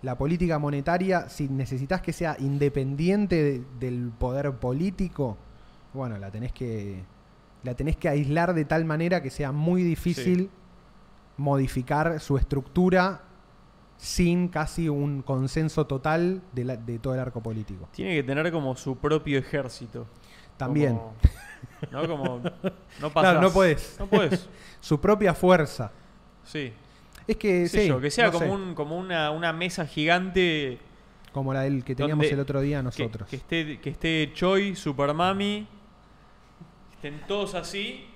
La política monetaria, si necesitas que sea independiente de- del poder político, bueno, la tenés que la tenés que aislar de tal manera que sea muy difícil modificar su estructura sin casi un consenso total de, la- de todo el arco político. Tiene que tener como su propio ejército. También. Como- no como, no pasás. Claro, no podés. No podés, Su propia fuerza. sí. Es que, Qué sé sí, yo, que sea no como, sé, un, como una, una mesa gigante como la del que teníamos donde- el otro día que, nosotros. que esté, que esté Choi, Supermami, estén todos así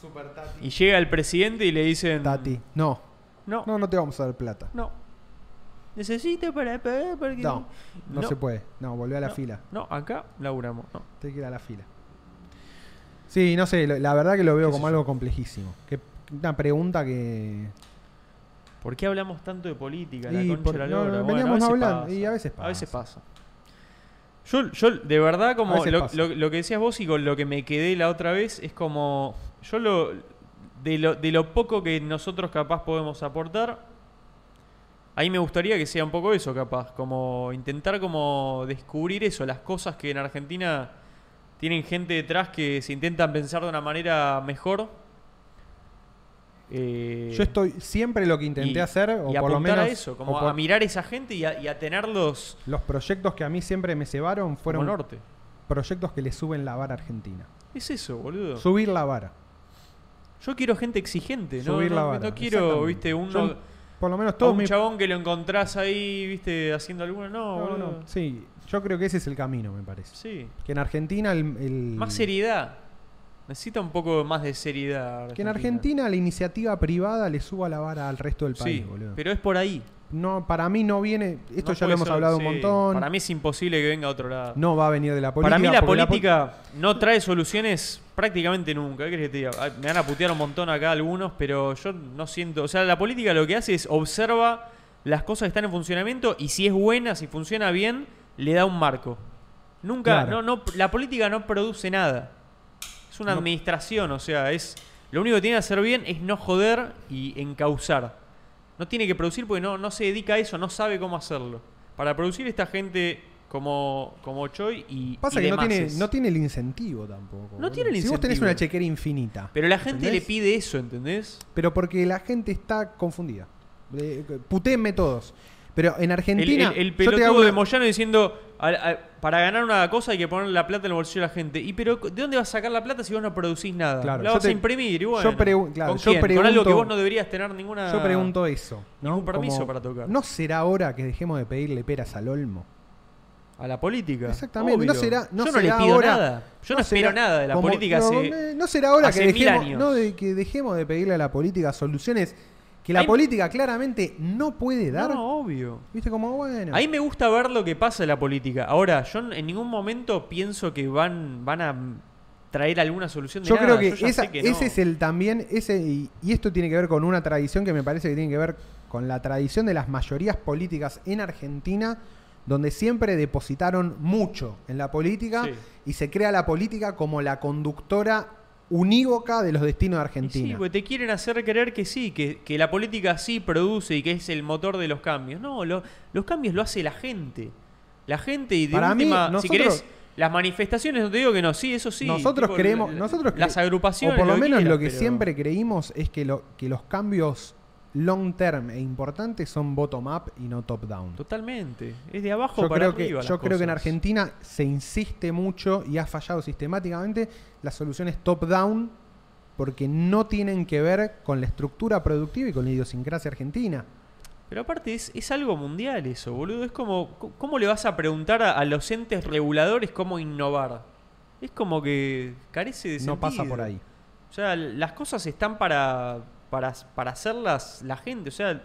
Super Tati. Y llega el presidente y le dicen... No, No, no. no, no te vamos a dar plata. Necesito para pagar porque... No, no, no. se puede. No, volvé a la No. fila. No, acá laburamos. No. Tenés que ir a la fila. Sí, no sé, lo- la verdad que lo veo ¿Qué como sé algo complejísimo. Que, una pregunta que. ¿Por qué hablamos tanto de política? La Y concha por- de la no, lora. no, Bueno, veníamos a veces hablando, pasa. y a veces pasa. A veces pasa. Yo, yo, de verdad, A como veces lo, pasa. lo- lo que decías vos y con lo que me quedé la otra vez, es como... Yo lo... De lo, de lo poco que nosotros capaz podemos aportar, ahí me gustaría que sea un poco eso capaz, como intentar como descubrir eso, las cosas que en Argentina tienen gente detrás que se intentan pensar de una manera mejor. Eh, Yo estoy siempre lo que intenté y- hacer, o y por lo apuntar menos a eso, como o por- a mirar a esa gente y a, y a tenerlos los proyectos que a mí siempre me cebaron como fueron norte. proyectos que le suben la vara a Argentina. Es eso, boludo. Subir la vara. Yo quiero gente exigente, ¿no? Subir no, la no- vara, no quiero, exactamente. viste, uno, Yo, por lo menos a todo un mi... chabón que lo encontrás ahí, viste, haciendo alguno. No, No, boludo. no, Sí, yo creo que ese es el camino, me parece. Sí. Que en Argentina el... el- Más seriedad. Necesita un poco más de seriedad. Que en Argentina la iniciativa privada le suba la vara al resto del país, Sí, boludo. pero es por ahí. No, para mí no viene... Esto No ya puede lo hemos ser- hablado sí, un montón. Para mí es imposible que venga a otro lado. No va a venir de la política. Para mí la porque po- política no trae soluciones prácticamente nunca. ¿Qué querés que te diga? Ah, Me van a putear un montón acá algunos, pero yo no siento. O sea, la política lo que hace es observa las cosas que están en funcionamiento y si es buena, si funciona bien, le da un marco. Nunca, Claro. no, no, la política no produce nada. Es una administración, o sea, es. Lo único que tiene que hacer bien es no joder y encauzar. No tiene que producir porque no, no se dedica a eso, no sabe cómo hacerlo. Para producir esta gente como, como Choi y. Pasa y que no tiene, demases. no tiene el incentivo tampoco. boludo. tiene el Si vos tenés incentivo. una chequera infinita. Pero la gente ¿entendés? le pide eso, ¿entendés? Pero porque la gente está confundida. Eh, Putéenme todos. Pero en El, el, Argentina. el yo te pelotudo hago de una- Moyano diciendo. "Al- al- para ganar una cosa hay que poner la plata en el bolsillo de la gente. ¿Y pero de dónde vas a sacar la plata si vos no producís nada? Claro, la yo vas te- a imprimir y yo bueno. pregu- claro, ¿Con, yo quién? Con algo que pregunto- vos no deberías tener ninguna. Yo pregunto eso. ¿no? ningún permiso para tocar. ¿No será hora que dejemos de pedirle peras al Olmo? A la política. Exactamente, obvio. no será- no Yo será no le pido ahora- nada. Yo no, será- espero nada de la como- política. No, hace- eh, no será hora que hace mil dejemos, años. no, de, que dejemos de pedirle a la política soluciones que la Ahí- política claramente no puede dar. No, obvio. ¿Viste? Como bueno. Ahí me gusta ver lo que pasa en la política. Ahora, yo n- en ningún momento pienso que van, van a m- traer alguna solución de Yo nada. creo que, ya esa- sé que no. ese es el también, ese y, y esto tiene que ver con una tradición que me parece que tiene que ver con la tradición de las mayorías políticas en Argentina, donde siempre depositaron mucho en la política Sí. y se crea la política como la conductora unívoca de los destinos Y de Sí, pues, Argentina. porque te quieren hacer creer que sí, que, que la política sí produce y que es el motor de los cambios. No, lo- los cambios lo hace la gente. La gente y de Para mí, última, si nosotros- querés, las manifestaciones, no te digo que no, sí, eso sí. nosotros tipo, creemos, la- nosotros cre- las agrupaciones. o por lo, menos quieras, lo que pero- siempre creímos es que, lo, que los cambios long term e importantes son bottom up y no top down. Totalmente. Es de abajo Yo, para creo que, arriba. las yo creo que en cosas. Argentina se insiste mucho y ha fallado sistemáticamente las soluciones top-down porque no tienen que ver con la estructura productiva y con la idiosincrasia argentina. Pero aparte es, es algo mundial eso, boludo. Es como, co- ¿cómo le vas a preguntar a, a los entes reguladores cómo innovar? Es como que carece de sentido. No pasa por ahí. O sea, l- las cosas están para, para, para hacerlas la gente. O sea,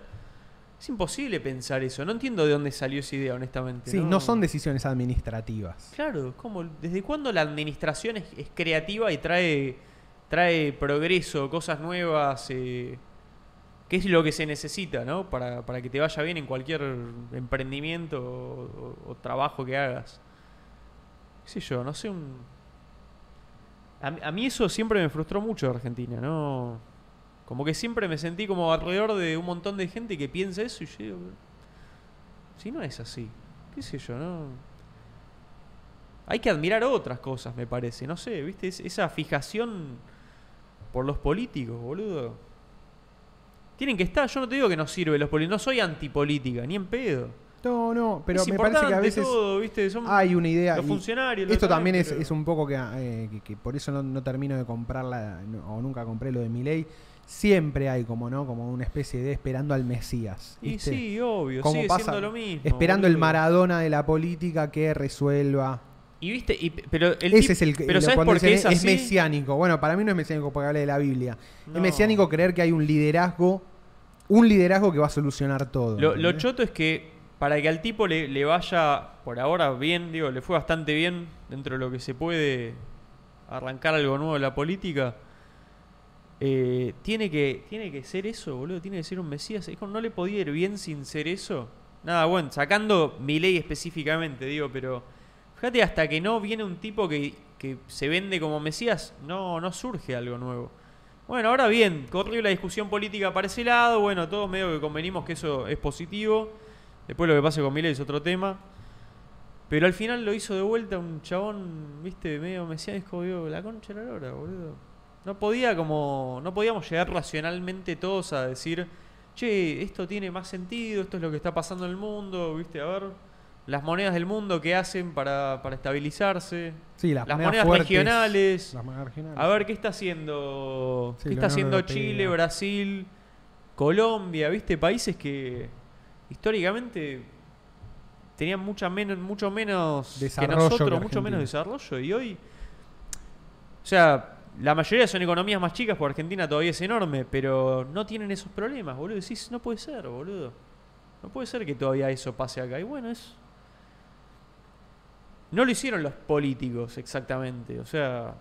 es imposible pensar eso. No entiendo de dónde salió esa idea, honestamente. Sí, no son decisiones administrativas. Claro, es como, ¿desde cuándo la administración es, es creativa y trae, trae progreso, cosas nuevas? eh, ¿Qué es lo que se necesita, no? Para, para que te vaya bien en cualquier emprendimiento o, o- o trabajo que hagas. ¿Qué sé yo? No sé, un... A, mí- a mí eso siempre me frustró mucho de Argentina, ¿no? Como que siempre me sentí como alrededor de un montón de gente que piensa eso y yo digo... Si no es así, qué sé yo, ¿no? Hay que admirar otras cosas, me parece. No sé, ¿viste? Es- esa fijación por los políticos, boludo. Tienen que estar. Yo no te digo que no sirve los políticos. No soy antipolítica, ni en pedo. No, no, pero es me parece que a importante veces todo, ¿viste? Son hay una idea. los y funcionarios. lo esto sabés, también es, pero- es un poco que, eh, que- que por eso no, no termino de comprarla no, o nunca compré lo de Miley. Siempre hay como, ¿no? Como una especie de esperando al Mesías. Y ¿viste? sí, obvio. Como Sigue pasa, siendo lo mismo. Esperando el boludo. Maradona de la política que resuelva. Y viste, y- pero el Ese tip- es el que- Pero lo- ¿sabes cuando por qué es dicen, así? mesiánico. Bueno, para mí no es mesiánico porque habla de la Biblia. Es No. mesiánico creer que hay un liderazgo, un liderazgo que va a solucionar todo. Lo, lo ¿entendés? choto es que para que al tipo le, le vaya por ahora bien, digo, le fue bastante bien dentro de lo que se puede arrancar algo nuevo de la política. eh, tiene, que, tiene que ser eso, boludo. Tiene que ser un Mesías. Es como, no le podía ir bien sin ser eso. Nada, bueno, sacando mi ley específicamente, digo, pero fíjate, hasta que no viene un tipo que, que se vende como Mesías, no, no surge algo nuevo. Bueno, ahora bien, corrió la discusión política para ese lado. Bueno, todos medio que convenimos que eso es positivo. Después lo que pase con Milei es otro tema. Pero al final lo hizo de vuelta un chabón, viste, medio mesiánico, digo, la concha de la lora, boludo. No podía como. No podíamos llegar racionalmente todos a decir, che, esto tiene más sentido, esto es lo que está pasando en el mundo, viste, a ver. Las monedas del mundo que hacen para, para estabilizarse. Sí, Las monedas fuertes, regionales. Las monedas regionales. A ver qué está haciendo. Sí, ¿Qué la está Unión haciendo Europea. Chile, Brasil, Colombia, viste? Países que históricamente tenían mucha menos, mucho menos Desarrollo que que nosotros, mucho Argentina. menos desarrollo. Y hoy. O sea, la mayoría son economías más chicas, porque Argentina todavía es enorme, pero no tienen esos problemas, boludo. Decís, no puede ser, boludo. No puede ser que todavía eso pase acá. Y bueno, es. No lo hicieron los políticos exactamente. O sea.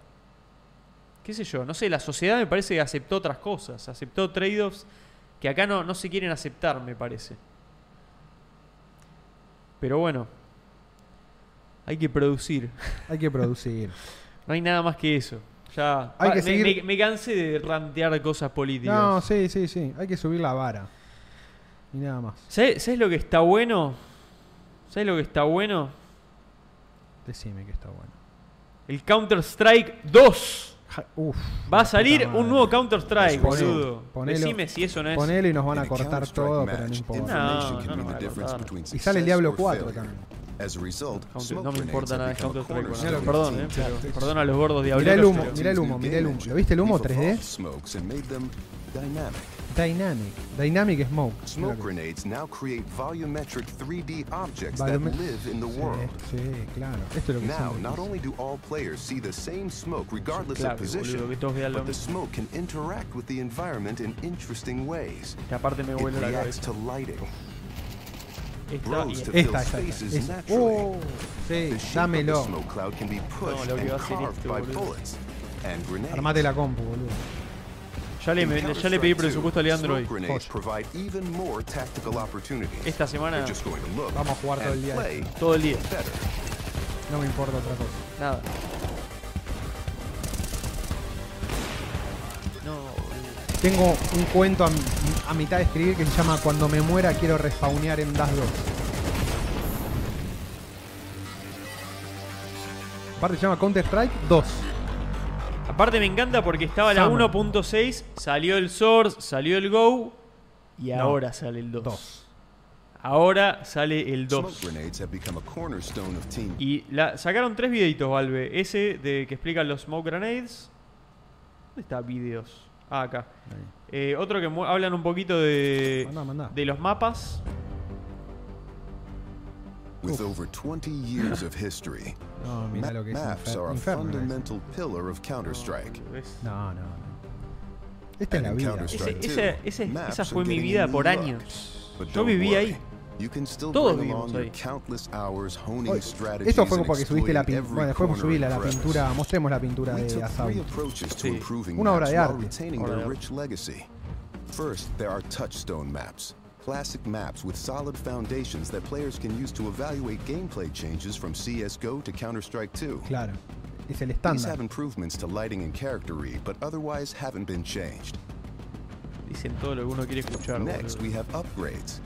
¿Qué sé yo? No sé, la sociedad me parece que aceptó otras cosas. Aceptó trade-offs que acá no, no se quieren aceptar, me parece. Pero bueno. Hay que producir. Hay que producir. No hay nada más que eso. Ya. Hay Ah, me, que seguir- me- me cansé de rantear cosas políticas. no, sí, sí, sí. Hay que subir la vara. Y nada más. ¿Sabes, sabes lo que está bueno? ¿Sabes lo que está bueno? Decime que está bueno. El Counter-Strike 2. Ja- Uf, Va a la salir puta madre. un nuevo Counter-Strike, Ponelo, boludo. ponelo. Decime si eso no es. Ponelo y nos van Van a cortar todo, pero no importa. No, no nos van a cortar. Y sale el Diablo 4 también. Counter- no me importa nada de Counter-Strike. bueno, Mirá lo que- perdón, eh, pero- perdón a los gordos Mirá diableros. el humo, pero- mirá el humo, mirá el humo. ¿Lo viste el humo 3D? Dynamic. Dynamic Smoke. Creo Smoke que- grenades now create volumetric 3D objects that Volume- live in the Sí, world. Sí, claro. Esto es lo que Now, siempre not quise. only do all players see the same smoke regardless Claro, of boludo, que position, todos vean lo but the mismo. smoke can interact with the environment in interesting ways. Que aparte me It vuelve la reacts cabeza. to lighting, Esta y grows to esta. fill Esta, esta, esta. spaces esa. naturally. Oh, sí, The shape of the dámelo. smoke cloud can be pushed lo que and va a ser carved esto, by boludo. bullets and grenades. Armate la compu, boludo. Ya le, In me- ya le Counter-Strike pedí 2, presupuesto a Leandro hoy. smoke grenades Joya. provide even more tactical opportunities. Esta semana You're just going to look Vamos a jugar todo and el día. play todo el día. better. No me importa otra cosa. Nada. No, boludo. Tengo un cuento a, a mitad de escribir que se llama Cuando me muera quiero respawnear en Das 2. Aparte se llama Counter Strike 2. Aparte me encanta porque estaba la Summer. 1.6, salió el Source, salió el Go y ahora sale el 2. 2. Ahora sale el 2. Smoke grenades have become a cornerstone of team Y la, sacaron tres videitos, Valve. Ese de que explica los smoke grenades. ¿Dónde está? Videos. Ah, acá. Eh, otro que mu- hablan un poquito de, Mandá, mandá. de los mapas. with over 20 years of history. No, mira lo que es Maps infer- are a inferno. es. fundamental pillar of Counter-Strike. ¿Ves? No, no, no. Esta es la And vida. Counter-Strike. Ese- esa, ese- Maps esa are fue mi getting vida por luck. años. But Yo don't viví worry. ahí. You can still Todos bring vivimos along ahí. your countless hours honing Oye, strategies Esto fue and porque subiste la exploiting pintura. every Bueno, después corner subí la, of la premise. pintura. Mostremos la pintura We de took three Asau. approaches to Sí. improving Una obra maps de while arte. retaining Obra de their arte. rich legacy. First, there are touchstone maps, classic maps with solid foundations that players can use to evaluate gameplay changes from CS:GO to Counter-Strike 2. Claro. Es el These have estándar. improvements to lighting and character read, but otherwise haven't been changed. Dicen todo lo que uno quiere escuchar. Next, boludo. we have upgrades.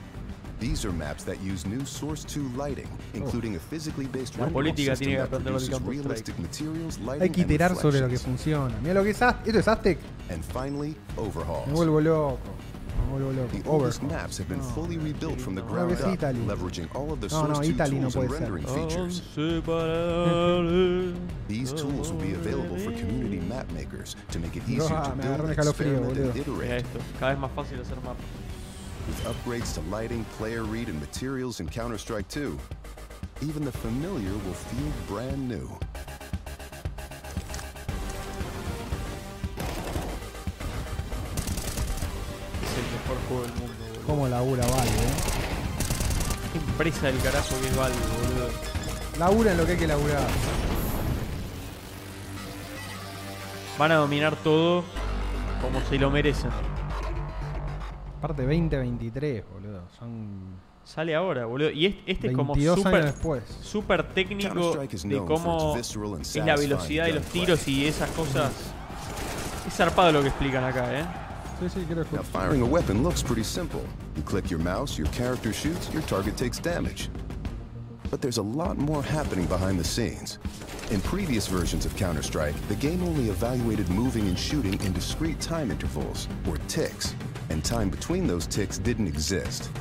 These are maps that use new Source 2 lighting, Oh. including a physically based La rendering política system tiene que that aprender lo que produces Counter-Strike. realistic materials, Hay lighting, que and iterar sobre lo que reflections. funciona. Mira lo que es Aztec. Esto es Aztec. And finally, overhauls. Me vuelvo loco. Me vuelvo loco. The Over. oldest maps have been fully rebuilt from the ground es up, Italy. leveraging all of the No, no, Source 2 Italy no tools puede and ser. rendering Ah, Oh. features. Once These tools will be available for community map makers to make it easier Ah, to me agarró build, un escalofrío, experiment, and boludo. Mira iterate. esto, cada vez más fácil hacer mapas. with upgrades to lighting, player read, and materials in Counter Strike 2. Even the familiar will feel brand new. Es el mejor juego del mundo, boludo. Cómo labura Valve, eh. Qué empresa del carajo que es Valve, boludo. Labura en lo que hay que laburar. Van a dominar todo como se lo merecen. Parte 2023, boludo. Son Sale ahora, boludo. Y este, este es como 22 años súper después. súper técnico Counter-Strike is de known cómo for its es visceral and la satisfying velocidad de los gunplay. tiros y esas cosas. Es zarpado lo que explican acá, ¿eh? Sí, sí, creo que Now, firing a weapon looks pretty simple. You click your mouse, your character shoots, your target takes damage. but there's a lot more happening behind the scenes. In previous versions of Counter Strike, the game only evaluated moving and shooting in discrete time intervals, or ticks, and time between those ticks didn't exist.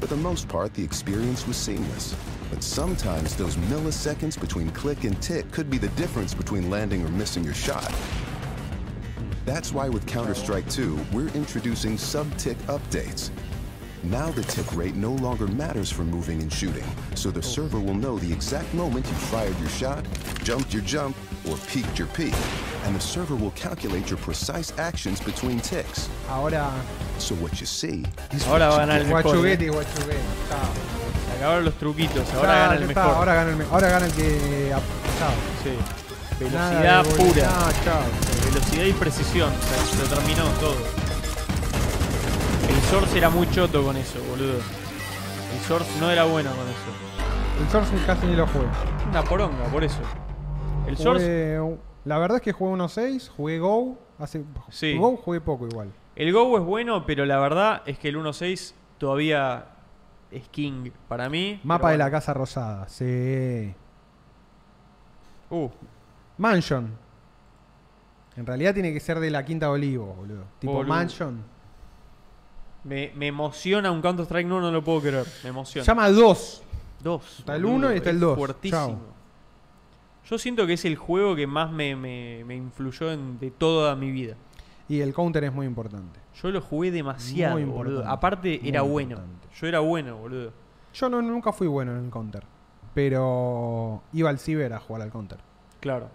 For the most part, the experience was seamless. But sometimes those milliseconds between click and tick could be the difference between landing or missing your shot. That's why with Counter Strike 2, we're introducing sub tick updates. Now the tick rate no longer matters for moving and shooting, so the server will know the exact moment you fired your shot, jumped your jump, or peaked your peak, and the server will calculate your precise actions between ticks. Ahora, So what you see is Ahora what you van al get. Guachuguete, Guachuguete. Chao. ¿eh? Acabaron los truquitos, Ya, eh. ahora gana ya el está, mejor. Ahora gana el, me- ahora gana el que. ap- Chao. Sí. Velocidad Nada de boludo. pura. Ah, chao. Velocidad y precisión, se, se terminó todo. El Source era muy choto con eso, boludo. El Source no era bueno con eso. El Source casi ni lo jugué. Una poronga, por eso. El Source, Jugué- La verdad es que jugué 1.6, jugué Go. Hace, Sí. Go jugué poco igual. el Go es bueno, pero la verdad es que el 1.6 todavía es king para mí. Mapa pero de la bueno. Casa Rosada, sí. Uh, Mansion. En realidad tiene que ser de la Quinta de Olivo, boludo. Tipo Boludo. Mansion. me, me emociona un Counter Strike 1, no lo puedo creer. Me emociona. Llama 2. Dos. Está el boludo, uno y está es el dos. Fuertísimo. Chau. Yo siento que es el juego que más me, me- me influyó en, de toda mi vida. Y el counter es muy importante. Yo lo jugué demasiado, Muy boludo. importante, Aparte, muy era bueno. importante. Yo era bueno, boludo. Yo no, nunca fui bueno en el counter. Pero iba al ciber a jugar al counter. Claro.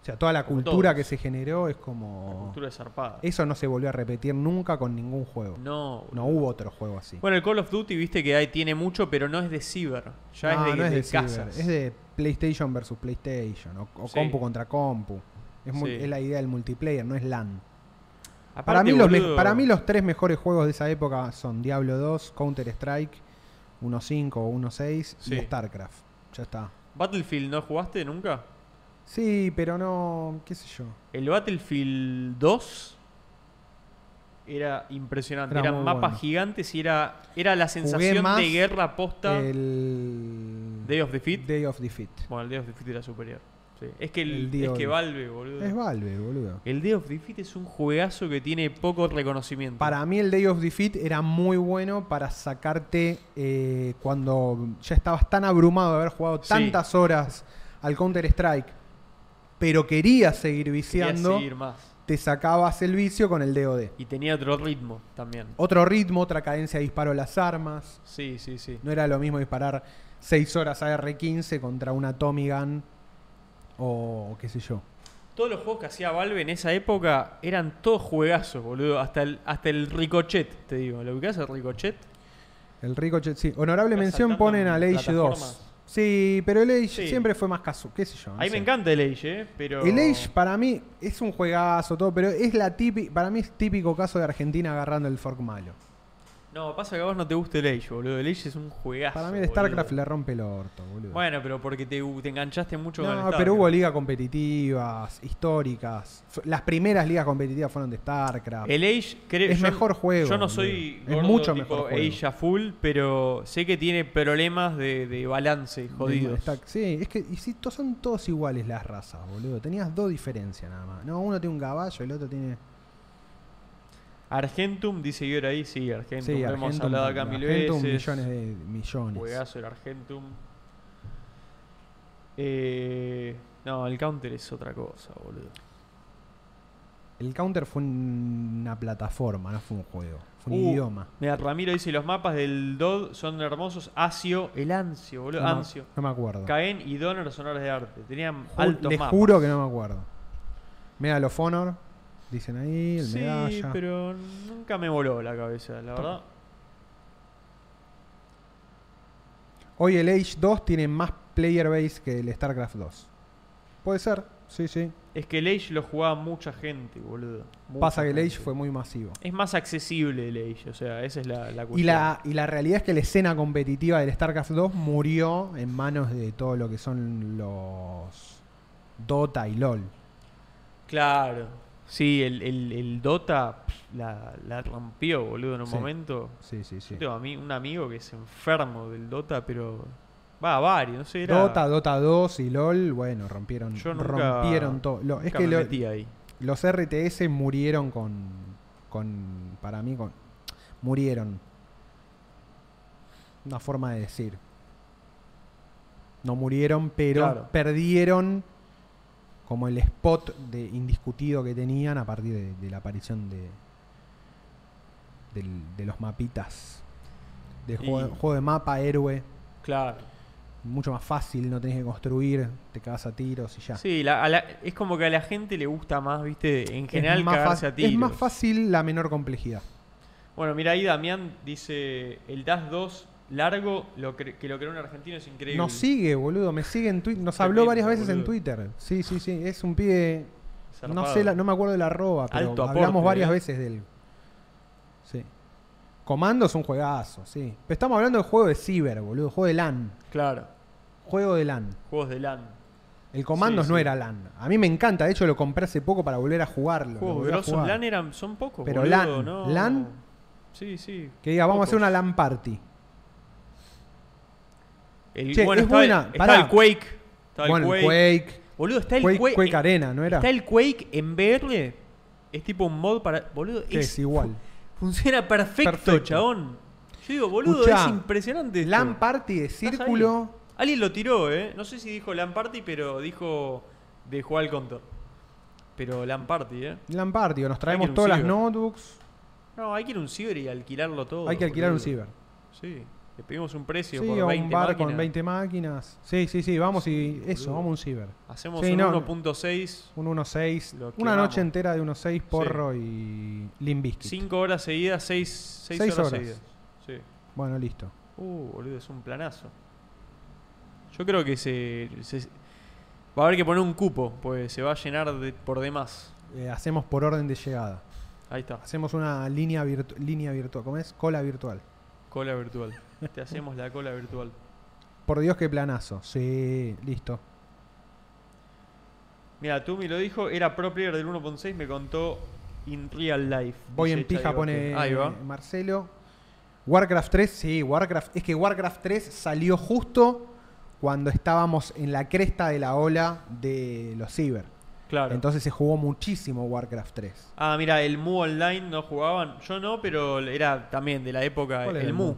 O sea, toda la Como cultura todos. que se generó es La como. cultura es zarpada. Eso no se volvió a repetir nunca con ningún juego. No, boludo. No hubo otro juego así. Bueno, el Call of Duty, viste que ahí tiene mucho, pero no es de ciber. Ya No, es de, no de ciber, casas. Es de PlayStation versus PlayStation. O, o Sí. compu contra compu. Es, mul- Sí. es la idea del multiplayer, no es LAN. Aparte, Para mí, los me- boludo, para mí los tres mejores juegos de esa época son Diablo 2, Counter-Strike, 1.5 o 1.6 y Sí. StarCraft. Ya está. ¿Battlefield no jugaste nunca? Sí, pero no, qué sé yo. El Battlefield 2 era impresionante. Era muy Eran mapas bueno. gigantes y era, era la sensación más de guerra posta. El Day of Defeat. Day of Defeat. Bueno, el Day of Defeat era superior. Sí. Es que, El el, Day es of que Defeat. Valve, boludo. Es Valve, boludo. el Day of Defeat es un juegazo que tiene poco reconocimiento. Para mí el Day of Defeat era muy bueno para sacarte eh, cuando ya estabas tan abrumado de haber jugado Sí. tantas horas al Counter Strike, pero querías seguir Quería viciando, seguir más. te sacabas el vicio con el DOD. Y tenía otro ritmo también. Otro ritmo, otra cadencia de disparo a las armas. Sí, sí, sí. No era lo mismo disparar 6 horas AR-15 contra una Tommy Gun o qué sé yo. Todos los juegos que hacía Valve en esa época eran todos juegazos, boludo. Hasta el, hasta el Ricochet, te digo. ¿Lo ubicás el Ricochet? El Ricochet, sí. Honorable Está mención saltando ponen en al Age plataformas. 2. Sí, pero el Age Sí. siempre fue más caso, qué sé yo. no Ahí sé. me encanta el Age, ¿eh? Pero... Ah, El Age para mí es un juegazo todo, pero es la típica, para mí es típico caso de Argentina agarrando el fork malo. No, pasa que a vos no te gusta el Age, boludo. El Age es un juegazo. Para mí el Ah, boludo. StarCraft le rompe el orto, boludo. Bueno, pero porque te, te enganchaste mucho con el no, StarCraft. pero hubo ligas competitivas, históricas. F- Las primeras ligas competitivas fueron de StarCraft. El Age creo Ah, Es mejor juego, Yo no boludo. soy Es gordo, tipo mucho mejor juego. Age a full, pero sé que tiene problemas de, de balance jodidos. Está- sí, es que y sí, to- son todos iguales las razas, boludo. Tenías dos diferencias nada más. No, uno tiene un caballo, el otro tiene. Argentum dice yo ahí, sí, Argentum. sí, lo hemos Argentum, hablado acá mil Argentum, veces. millones de millones. Juegazo el Argentum. Eh, no, el counter es otra cosa, boludo. El Counter fue un- una plataforma, no fue un juego. Fue un Uh, idioma. Mira, Ramiro dice: los mapas del DOD son hermosos. Asio, el Ancio, boludo. No me- Ancio. No me acuerdo. Caen y Donner son obras de arte. Tenían Ju- altos Les mapas. juro que no me acuerdo. Medal of Honor, dicen ahí, el sí, medalla. pero nunca me voló la cabeza, la verdad. Hoy el Age 2 tiene más player base que el StarCraft 2. Puede ser, sí, sí. Es que el Age lo jugaba mucha gente, boludo. Mucha Pasa que el Age gente. fue muy masivo. Es más accesible el Age, o sea, esa es la, la Y cuestión. la, y la realidad es que la escena competitiva del StarCraft 2 murió en manos de todo lo que son los Dota y LOL. Claro. Sí, el, el- el Dota pf, la, la rompió, boludo, en un Sí. momento. Sí, sí, sí. Yo tengo a mí, un amigo que es enfermo del Dota, pero Va, varios, no sé, era- Dota, Dota 2 y LOL, bueno, rompieron, Yo nunca- rompieron todo. Lo- es nunca que me lo- metí ahí. los RTS murieron con, con, para mí, con, murieron. Una forma de decir. No murieron, pero Claro. perdieron como el spot de indiscutido que tenían a partir de, de la aparición de, del- de los mapitas. De juego, Y- juego de mapa, héroe. Claro. Mucho más fácil, no tenés que construir, te cagas a tiros y ya. Sí, la- a la- es como que a la gente le gusta más, viste, en general es más, cagarse fa- a tiros. es más fácil la menor complejidad. Bueno, mira ahí Damián dice, el DAS 2 largo lo cre- que lo creó un argentino es increíble. Nos sigue, boludo, me sigue en Twitter. Nos Qué habló lindo, varias veces en boludo. Twitter. Sí, sí, sí. Es un pibe. No Zarpado. sé, la- no me acuerdo de la arroba, pero Alto hablamos aporte, varias eh. veces de él. Sí. Comando es un juegazo, sí. Pero estamos hablando de juego de ciber, boludo. Juego de LAN. Claro, Juego de LAN. juegos de LAN. El Comandos Sí, no sí. era LAN. A mí me encanta, de hecho lo compré hace poco para volver a jugarlo. lo Juegos volví a grosos jugar. LAN eran, son pocos, Pero boludo, LAN, ¿no? LAN. Sí, sí. Que diga, vamos a hacer pocos. una LAN party. El, Che, bueno, es estaba, el- buena, estaba pará. el Quake. Estaba bueno, el el Quake. Quake. Boludo, está el Quake, Quake. Quake Arena, ¿no era? Está el Quake en VR. Es tipo un mod para. Boludo, Que es igual. Funciona perfecto, Perfecto. chabón. Yo digo, boludo, Escuchá, es impresionante. esto. LAN party de ¿Estás círculo. ahí? Alguien lo tiró, ¿eh? No sé si dijo LAN Party, pero dijo de jugar al Counter. Pero LAN Party, ¿eh? LAN party, o nos que ir traemos a un todas las ciber. notebooks. No, hay que ir a un ciber y alquilarlo todo. Hay que alquilar un boludo. ciber. Sí. Le pedimos un precio Sí, por o 20 un bar con máquinas. 20 máquinas. Sí, sí, sí, vamos y boludo. eso, vamos a un ciber. Hacemos Sí, un no, no. 1.6, Un 1.6, Lo una quemamos. noche entera de 1.6, porro y Limbiskit. 5 horas seguidas, 6 Seis horas, horas. seguidas. Sí. Bueno, listo. Uh, boludo, es un planazo. Yo creo que se, se- Va a haber que poner un cupo, pues se va a llenar de- por demás. Eh, hacemos por orden de llegada. Ahí está, Hacemos una línea, virtu- línea virtual. ¿Cómo es? Cola virtual. cola virtual. Te hacemos la cola virtual. Por Dios, qué planazo. Sí, listo. Mira, tú me lo dijo, era pro player del 1.6, me contó in real life. Voy dice en pija, Chayote. pone Ahí va. Marcelo. Warcraft 3, sí, Warcraft. Es que Warcraft 3 salió justo cuando estábamos en la cresta de la ola de los ciber. Claro. Entonces se jugó muchísimo Warcraft 3. ah, mira, el Mu Online no jugaban. Yo no, pero era también de la época el, ¿Cuál era el Mu. Mu?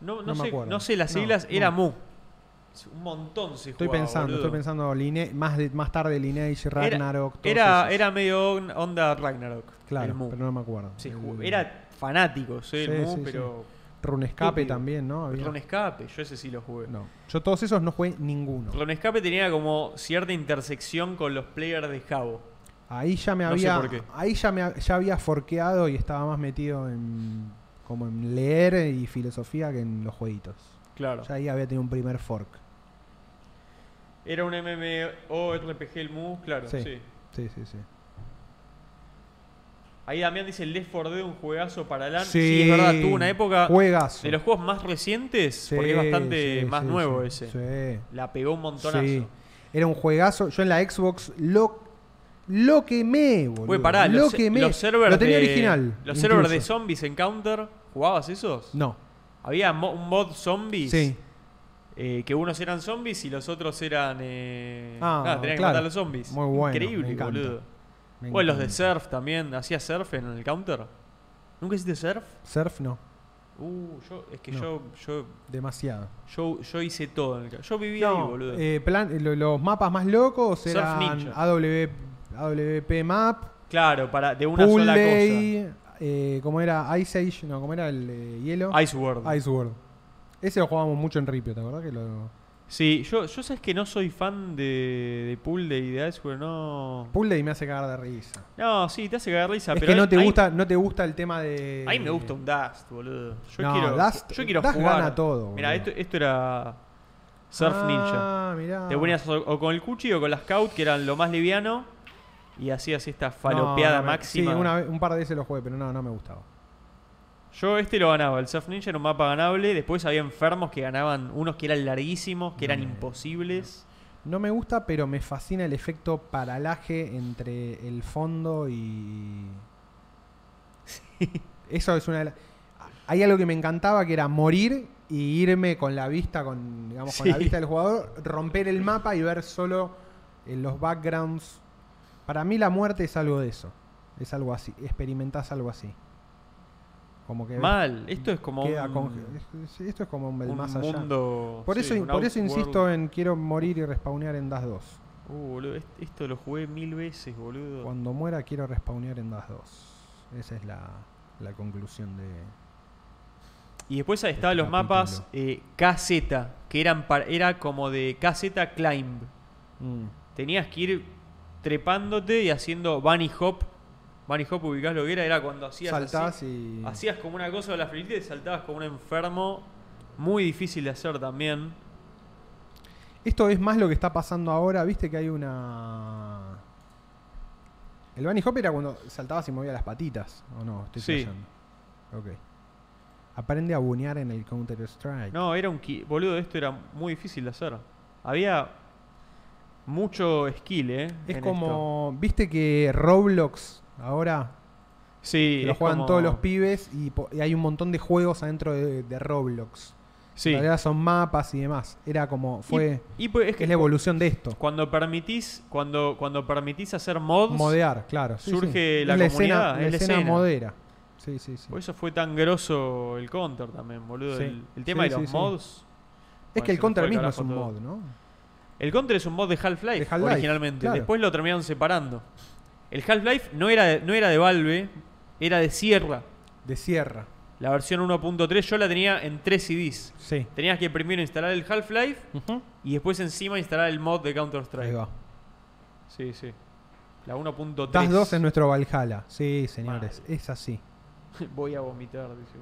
No, no No me sé, acuerdo. no sé las No, siglas, era no. Mu. Un montón se Estoy jugaba, pensando, boludo. estoy pensando Line- más, de- más tarde Lineage, Ragnarok. todos Era, esos. era medio on- onda Ragnarok. Claro, el Mu. pero no me acuerdo. Se El- jugó- era fanático, sí, el Sí, Mu, sí, sí. pero. RuneScape estúpido. también, ¿no? Había- Ron Escape, yo ese sí lo jugué. No. Yo todos esos no jugué ninguno. Ron Escape tenía como cierta intersección con los players de Jabo. Ahí ya me No sé había. por qué. Ahí ya me ha- ya había forqueado y estaba más metido en. como en leer y filosofía que en los jueguitos. Claro. Ya ahí había tenido un primer fork. Era un MMORPG el Mu, claro, sí. Sí. Sí, sí, sí. Ahí Damián dice Left 4 Dead, un juegazo para LAN. Sí, es Sí. verdad, tuvo una época Juegazo. de los juegos más recientes, Sí, porque es bastante sí, más sí, nuevo sí, ese. Sí. La pegó un montonazo. Sí. Era un juegazo. Yo en la Xbox lo, lo quemé, boludo. Güey, pará, lo los, quemé. los servers lo tenía de, original. Los servers de incluso. zombies en Counter, ¿jugabas esos? No. Había mo- un mod zombies. Sí. eh, que unos eran zombies y los otros eran. eh, Ah, nada, tenían claro. que matar a los zombies. Muy bueno, me Increíble, encanta. boludo. me O los de encanta. surf también. ¿Hacías surf en el counter? ¿Nunca hiciste surf? Surf no. Uh, yo, es que No. yo, yo, Demasiado. yo, yo hice todo en el counter. Yo vivía ahí, No, boludo. eh, plan- eh, lo- los mapas más locos Surf eran Ninja. AW, AWP Map, claro, para, de una Pool sola Day, eh, ¿cómo era? Ice Age, no, ¿cómo era el eh, hielo? cosa. Ice World. Ice World. Ese lo jugábamos mucho en Ripio, ¿te acordás? Que lo... Sí, yo, yo sabes que no soy fan de, de Pool Day y de Ice World, no. Pool Day me hace cagar de risa. No, sí, te hace cagar risa, es pero. que no ahí- te, ahí- gusta, no te gusta el tema de... Ahí me gusta un Dust, boludo. Yo No, quiero, Dust- yo quiero Dust jugar. gana todo, Mira, boludo. esto, esto era Surf Ninja. Ah, mirá. Te ponías o, o con el Cuchi o con la Scout, que eran lo más liviano, y hacías esta falopeada No, no me- máxima. Sí, una vez- un par de veces lo jugué, pero no, no me gustaba. Yo este lo ganaba, el Surf Ninja era un mapa ganable, después había enfermos que ganaban unos que eran larguísimos, que eran imposibles. No me gusta, pero me fascina el efecto paralaje entre el fondo y. Eso es una de las. Hay algo que me encantaba que era morir y irme con la vista, con, digamos, con la Sí. vista del jugador, romper el mapa y ver solo en los backgrounds. Para mí la muerte es algo de eso. Es algo así. Experimentás algo así. Como que Mal, esto es como queda un, conge- es- Esto es como un el un más allá. mundo... Por sí, eso, un por eso outworld. insisto en quiero morir y respawnear en Das 2. Uh, boludo, est- esto lo jugué mil veces, boludo. Cuando muera quiero respawnear en Das 2. Esa es la, la conclusión de... Y después ahí estaban los capítulo. mapas eh, KZ, que eran par- era como de KZ Climb. Mm. Tenías que ir trepándote y haciendo bunny hop. Bunny hop, ubicás lo que era, era cuando hacías Saltás así. y... Hacías como una cosa de la flecha y saltabas como un enfermo. Muy difícil de hacer también. Esto es más lo que está pasando ahora. Viste que hay una... El bunny hop era cuando saltabas y movías las patitas. ¿O no? Estoy Sí. flasheando. Ok. Aprende a bunear en el Counter Strike. No, era un... qui- Boludo, esto era muy difícil de hacer. Había mucho skill, ¿eh? es en esto. como... Viste que Roblox ahora Sí, que lo es juegan como- todos los pibes y, po- y hay un montón de juegos adentro de, de Roblox. Sí. En realidad son mapas y demás. Era como, Y- fue, y pues, es que que es la evolución de esto. Cuando permitís, cuando, cuando permitís hacer mods, Modear, claro. sí, surge sí. la Es comunidad, escena, es la la escena escena. Pues, modera. Sí, sí, sí. por eso fue tan groso el counter también, boludo. Sí. El, el tema Sí, de los sí, sí. mods. es Bueno, que el se Contra nos fue mismo al es un carajo mod, todo. ¿no? El counter es un mod de Half-Life De Half-Life, originalmente. claro. Después lo terminaron separando. El Half-Life no era, no era de Valve, era de Sierra. De Sierra. La versión 1.3 yo la tenía en 3 CDs. Sí. Tenías que primero instalar el Half-Life y después encima instalar el mod de Ahí Counter-Strike. va. Sí, sí. La 1.3. Das 2 es nuestro Valhalla. Sí, señores. Es así. Voy a vomitar, dice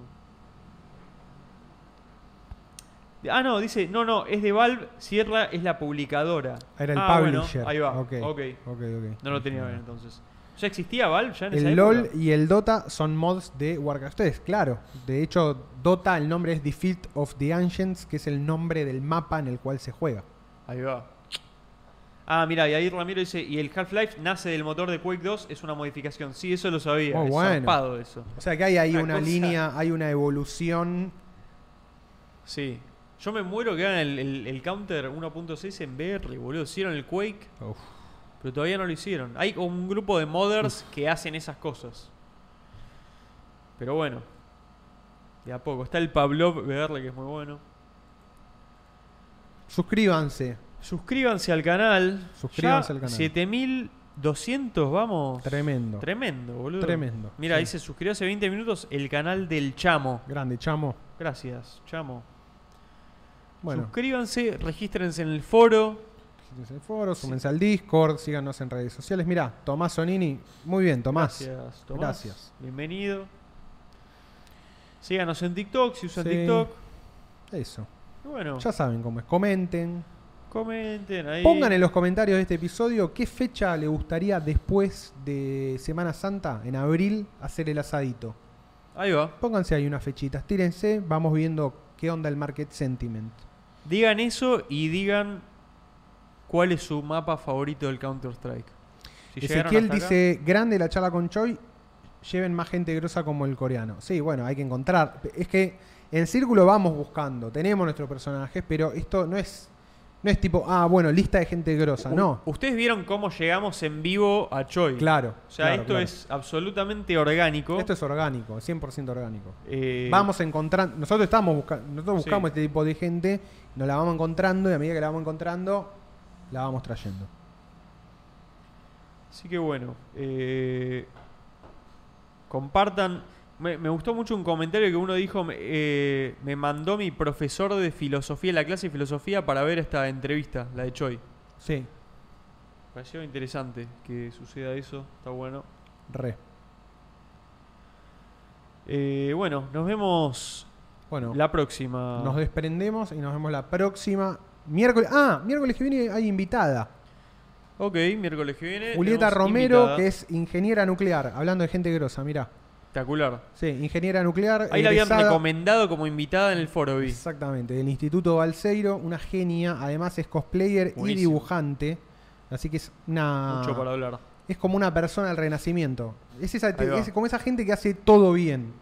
uno. Ah, no, dice, no, no, es de Valve, Sierra es la publicadora. Era el Ah, bueno, publisher. ahí va, Ok. ok. ok, ok. No lo tenía bien entonces. ¿Ya existía Valve ya en esa El época? LOL y el Dota son mods de Warcraft 3, claro. De hecho, Dota, el nombre es Defeat of the Ancients, que es el nombre del mapa en el cual se juega. Ahí va. Ah, mira, y ahí Ramiro dice, y el Half-Life nace del motor de Quake 2, es una modificación. Sí, eso lo sabía. Muy es Oh, bueno. zarpado eso. O sea que hay ahí Una una cosa- línea, hay una evolución. Sí. Yo me muero que hagan el, el- el Counter 1.6 en VR, boludo. Hicieron el Quake, pero todavía no lo hicieron. Hay como un grupo de modders que hacen esas cosas. Pero bueno. De a poco. Está el Pavlov VR que es muy bueno. Suscríbanse. Suscríbanse al canal. Suscríbanse Ya al canal. 7200, vamos. Tremendo. Tremendo, boludo. Tremendo, Mira, sí. dice, suscribió hace 20 minutos el canal del Chamo. Grande, chamo. Gracias, Chamo. Bueno, Suscríbanse, regístrense en el foro. síguenos en el foro, súmense al Discord, síganos en redes sociales. Mirá, Tomás Sonini. Muy bien, Tomás. Gracias, Tomás. Gracias. Bienvenido. Síganos en TikTok, si usan Sí. TikTok. Eso. Y bueno, Ya saben cómo es. Comenten. comenten ahí. Pongan en los comentarios de este episodio qué fecha le gustaría después de Semana Santa, en abril, hacer el asadito. Ahí va. Pónganse ahí unas fechitas, tírense, vamos viendo qué onda el market sentiment. Digan eso y digan cuál es su mapa favorito del Counter-Strike. Si llegaron Ezequiel hasta acá, dice, grande la charla con Choi, lleven más gente grosa como el coreano. Sí, bueno, hay que encontrar. Es que en círculo vamos buscando, tenemos nuestros personajes, pero esto no es, no es tipo, ah, bueno, lista de gente grosa, u- no. Ustedes vieron cómo llegamos en vivo a Choi. Claro. O sea, claro, esto claro. es absolutamente orgánico. Esto es orgánico, 100% orgánico. Eh, vamos encontrando, nosotros estamos buscando, nosotros Sí. buscamos este tipo de gente, nos la vamos encontrando y a medida que la vamos encontrando, la vamos trayendo. Así que bueno, eh, compartan. Me, me gustó mucho un comentario que uno dijo, me, eh, me mandó mi profesor de filosofía, la clase de filosofía, para ver esta entrevista, la de Choi. Sí, Pareció interesante que suceda eso, está bueno. re. Eh, bueno, nos vemos Bueno, la próxima. nos desprendemos y nos vemos la próxima miércoles. Ah, miércoles que viene hay invitada. ok, miércoles que viene. Julieta Eh, tenemos Romero, invitada. que es ingeniera nuclear, hablando de gente grosa, mirá. Espectacular. Sí, ingeniera nuclear. Ahí la habían egresada- recomendado como invitada en el foro, vi. Exactamente, del Instituto Balseiro, una genia, además es cosplayer y Buenísimo. dibujante. Así que es una. Mucho para hablar. Es como una persona del renacimiento. Es, esa, Ahí va. es como esa gente que hace todo bien.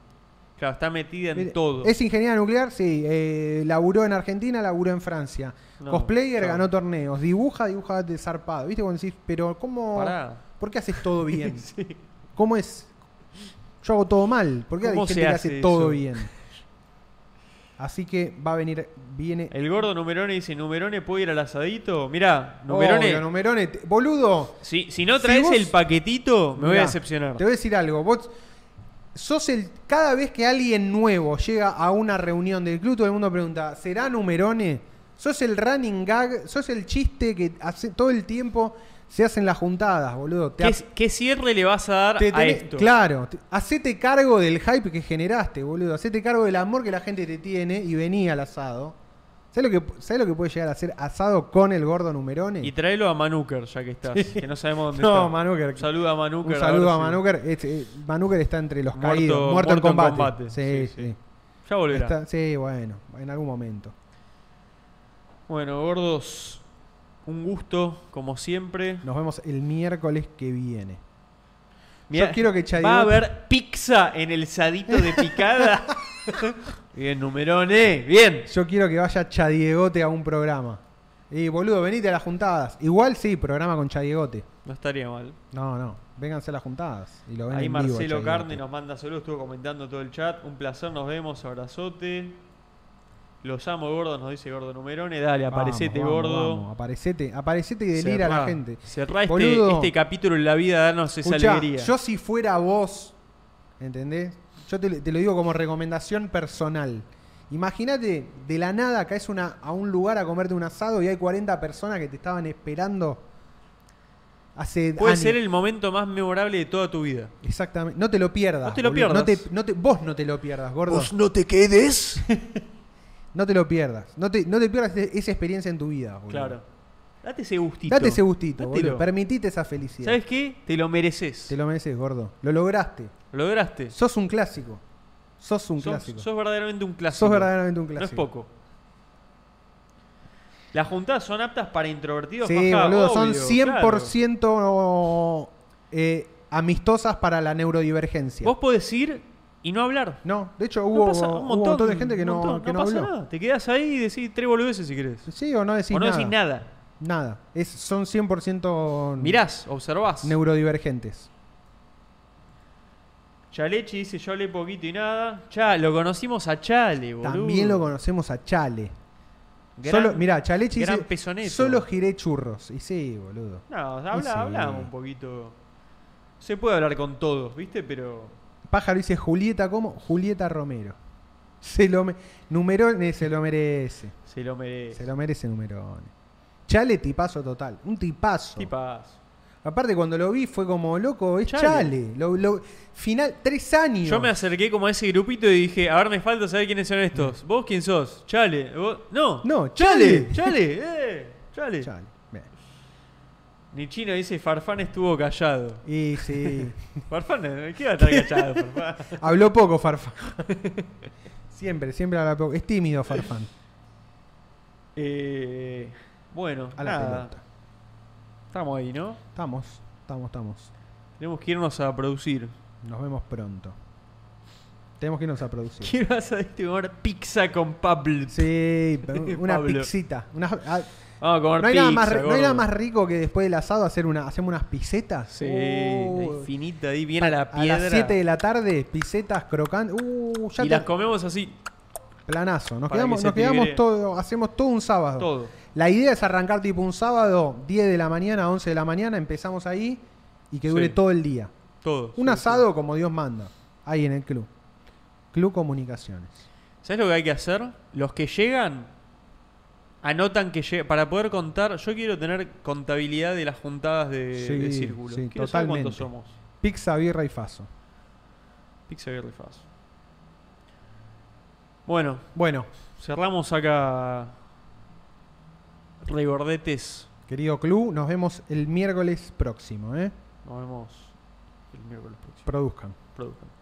Claro, está metida en Mire, todo. Es ingeniera nuclear, sí. eh, laburó en Argentina, laburó en Francia. No, Cosplayer claro. ganó torneos. Dibuja, dibuja de zarpado. ¿Viste? Cuando decís, pero ¿cómo? Pará. ¿Por qué haces todo bien? ¿Cómo es? Yo hago todo mal. ¿Por qué hay ¿Cómo gente se que hace hace eso? todo bien? Así que va a venir, viene. El gordo Numerone dice, ¿Numerone puede ir al asadito? Mirá, Obvio, Numerone, Numerone, te- boludo. si, si no Si traes vos- el paquetito, me voy a Mirá, decepcionar. Te voy a decir algo. Vos sos el. Cada vez que alguien nuevo llega a una reunión del club, todo el mundo pregunta: ¿será Numerone? Sos el running gag, sos el chiste que hace, todo el tiempo se hacen las juntadas, boludo. Te ¿Qué, ap- qué cierre le vas a dar te a tenés- esto? Claro, te- hacete cargo del hype que generaste, boludo. Hacete cargo del amor que la gente te tiene y vení al asado. ¿Sabes lo que, ¿sabés lo que puede llegar a ser asado con el gordo Numerone? Y tráelo a Manuker, ya que estás, que no sabemos dónde no, está. Manuker. Saluda a Manuker. Un saludo a, ver si- Manuker. Este, eh, Manuker está entre los Muerto- caídos, muerto, en muerto en combate. combate. Sí, Sí, sí. Ya volverá. Está- sí, bueno, en algún momento. Bueno, gordos, un gusto, como siempre. Nos vemos el miércoles que viene. Mirá, Yo quiero que Chayote- Va a haber pizza en el sadito de picada. bien, Numerone, bien. Yo quiero que vaya Chadiegote a un programa. Y boludo, venite a las juntadas. Igual sí, programa con Chadiegote. No estaría mal. No, no, vénganse a las juntadas. Y lo ven Ahí en vivo a Marcelo Chadiegote. Carne nos manda saludos, estuvo comentando todo el chat. Un placer, nos vemos, abrazote. Los amo, gordos, nos dice Gordo Numerone. Dale, Vamos, aparecete, vamos, gordo. vamos, aparecete, aparecete y delira a Cerrá. la gente. Cerrá este, Boludo. este capítulo en la vida, darnos esa Escuchá, alegría. Yo si fuera vos, ¿entendés? Yo te, te lo digo como recomendación personal. Imagínate, de la nada caes una, a un lugar a comerte un asado y hay 40 personas que te estaban esperando hace Puede años. ser el momento más memorable de toda tu vida. Exactamente. No te lo pierdas. No te lo boludo. pierdas. No te- no te- vos no te lo pierdas, gordo. no te quedes. No te lo pierdas. No te, no te pierdas e- esa experiencia en tu vida, boludo. Claro. Date ese gustito. Date ese gustito, Dátelo. boludo. Permitite esa felicidad. ¿Sabes qué? Te lo mereces. Te lo mereces, gordo. Lo lograste. Lo lograste. Sos un clásico. Sos un sos, clásico. sos verdaderamente un clásico. Sos verdaderamente un No es clásico. poco. Las juntadas son aptas para introvertidos. Sí, Maja, boludo, son obvio, 100% eh, amistosas para la neurodivergencia. claro. Vos podés ir y no hablar. No, de hecho No hubo, pasa- hubo un, montón, de gente que un no, montón, que no no pasa habló. nada. Te quedás ahí y decís tres boludeces si querés. Sí, o no decís o no nada. decís nada. Nada. Es, son 100% Mirás, observás. neurodivergentes. Chalechi dice: Yo hablé poquito y nada. Ya, lo conocimos a Chale, boludo. También lo conocemos a Chale. Gran- solo, mirá, Chalechi gran dice, pezoneto. solo giré churros. Y sí, boludo. No, Sí. habla, hablamos un poquito. Se puede hablar con todos, ¿viste? Pero. Pájaro dice Julieta, ¿cómo? Julieta Romero. Se lo me- Numerone se lo merece. Se lo merece. Se lo merece Numerone. Chale, tipazo total. Un tipazo. Tipazo. Aparte, cuando lo vi fue como loco, es Chale. Chale. Lo- lo- final, tres años. Yo me acerqué como a ese grupito y dije, a ver, me falta saber quiénes son estos. ¿Vos quién sos? Chale. ¿Vos? No. Mm. No, Chale. Chale. Chale. Eh. Chale. Chale. Bien. Nichino dice, Farfán estuvo callado. Y sí. Farfán, eh, ¿qué va a estar callado, Farfán? habló poco Farfán. siempre, siempre habla poco. Es tímido Farfán. Eh, bueno, A la nada. pelota. Estamos ahí, ¿no? Estamos, estamos, estamos. Tenemos que irnos a producir. Nos vemos pronto. Tenemos que irnos a producir. ¿Qué vas a este comer pizza con Pablo? Sí, pero una Pablo. pixita. una- ah, Vamos a comer no, hay pizza. nada más, ri- no hay nada gordo. más rico que después del asado hacer una, hacemos unas pisetas. Sí, Uh, ahí finita, ahí viene a la a piedra. las 7 de la tarde, pisetas crocantes. Uh, ya y te- las comemos así, planazo. Nos para que quedamos, se nos quedamos tigree. todo, hacemos todo un sábado. todo. La idea es arrancar tipo un sábado, 10 de la mañana, 11 de la mañana, empezamos ahí y que dure Sí. todo el día. Todo. Un asado como Dios manda, ahí en el club. Club Comunicaciones. ¿Sabes lo que hay que hacer? Los que llegan, anotan que llegan. Para poder contar, yo quiero tener contabilidad de las juntadas de, Sí, de círculo. sí, quiero saber cuántos totalmente. somos. Pizza, birra y faso. Pixel Guerra y Faz. Bueno, Bueno, cerramos acá. Regordetes. querido club, nos vemos el miércoles próximo, ¿eh? Nos vemos el miércoles próximo. Produzcan. Produzcan.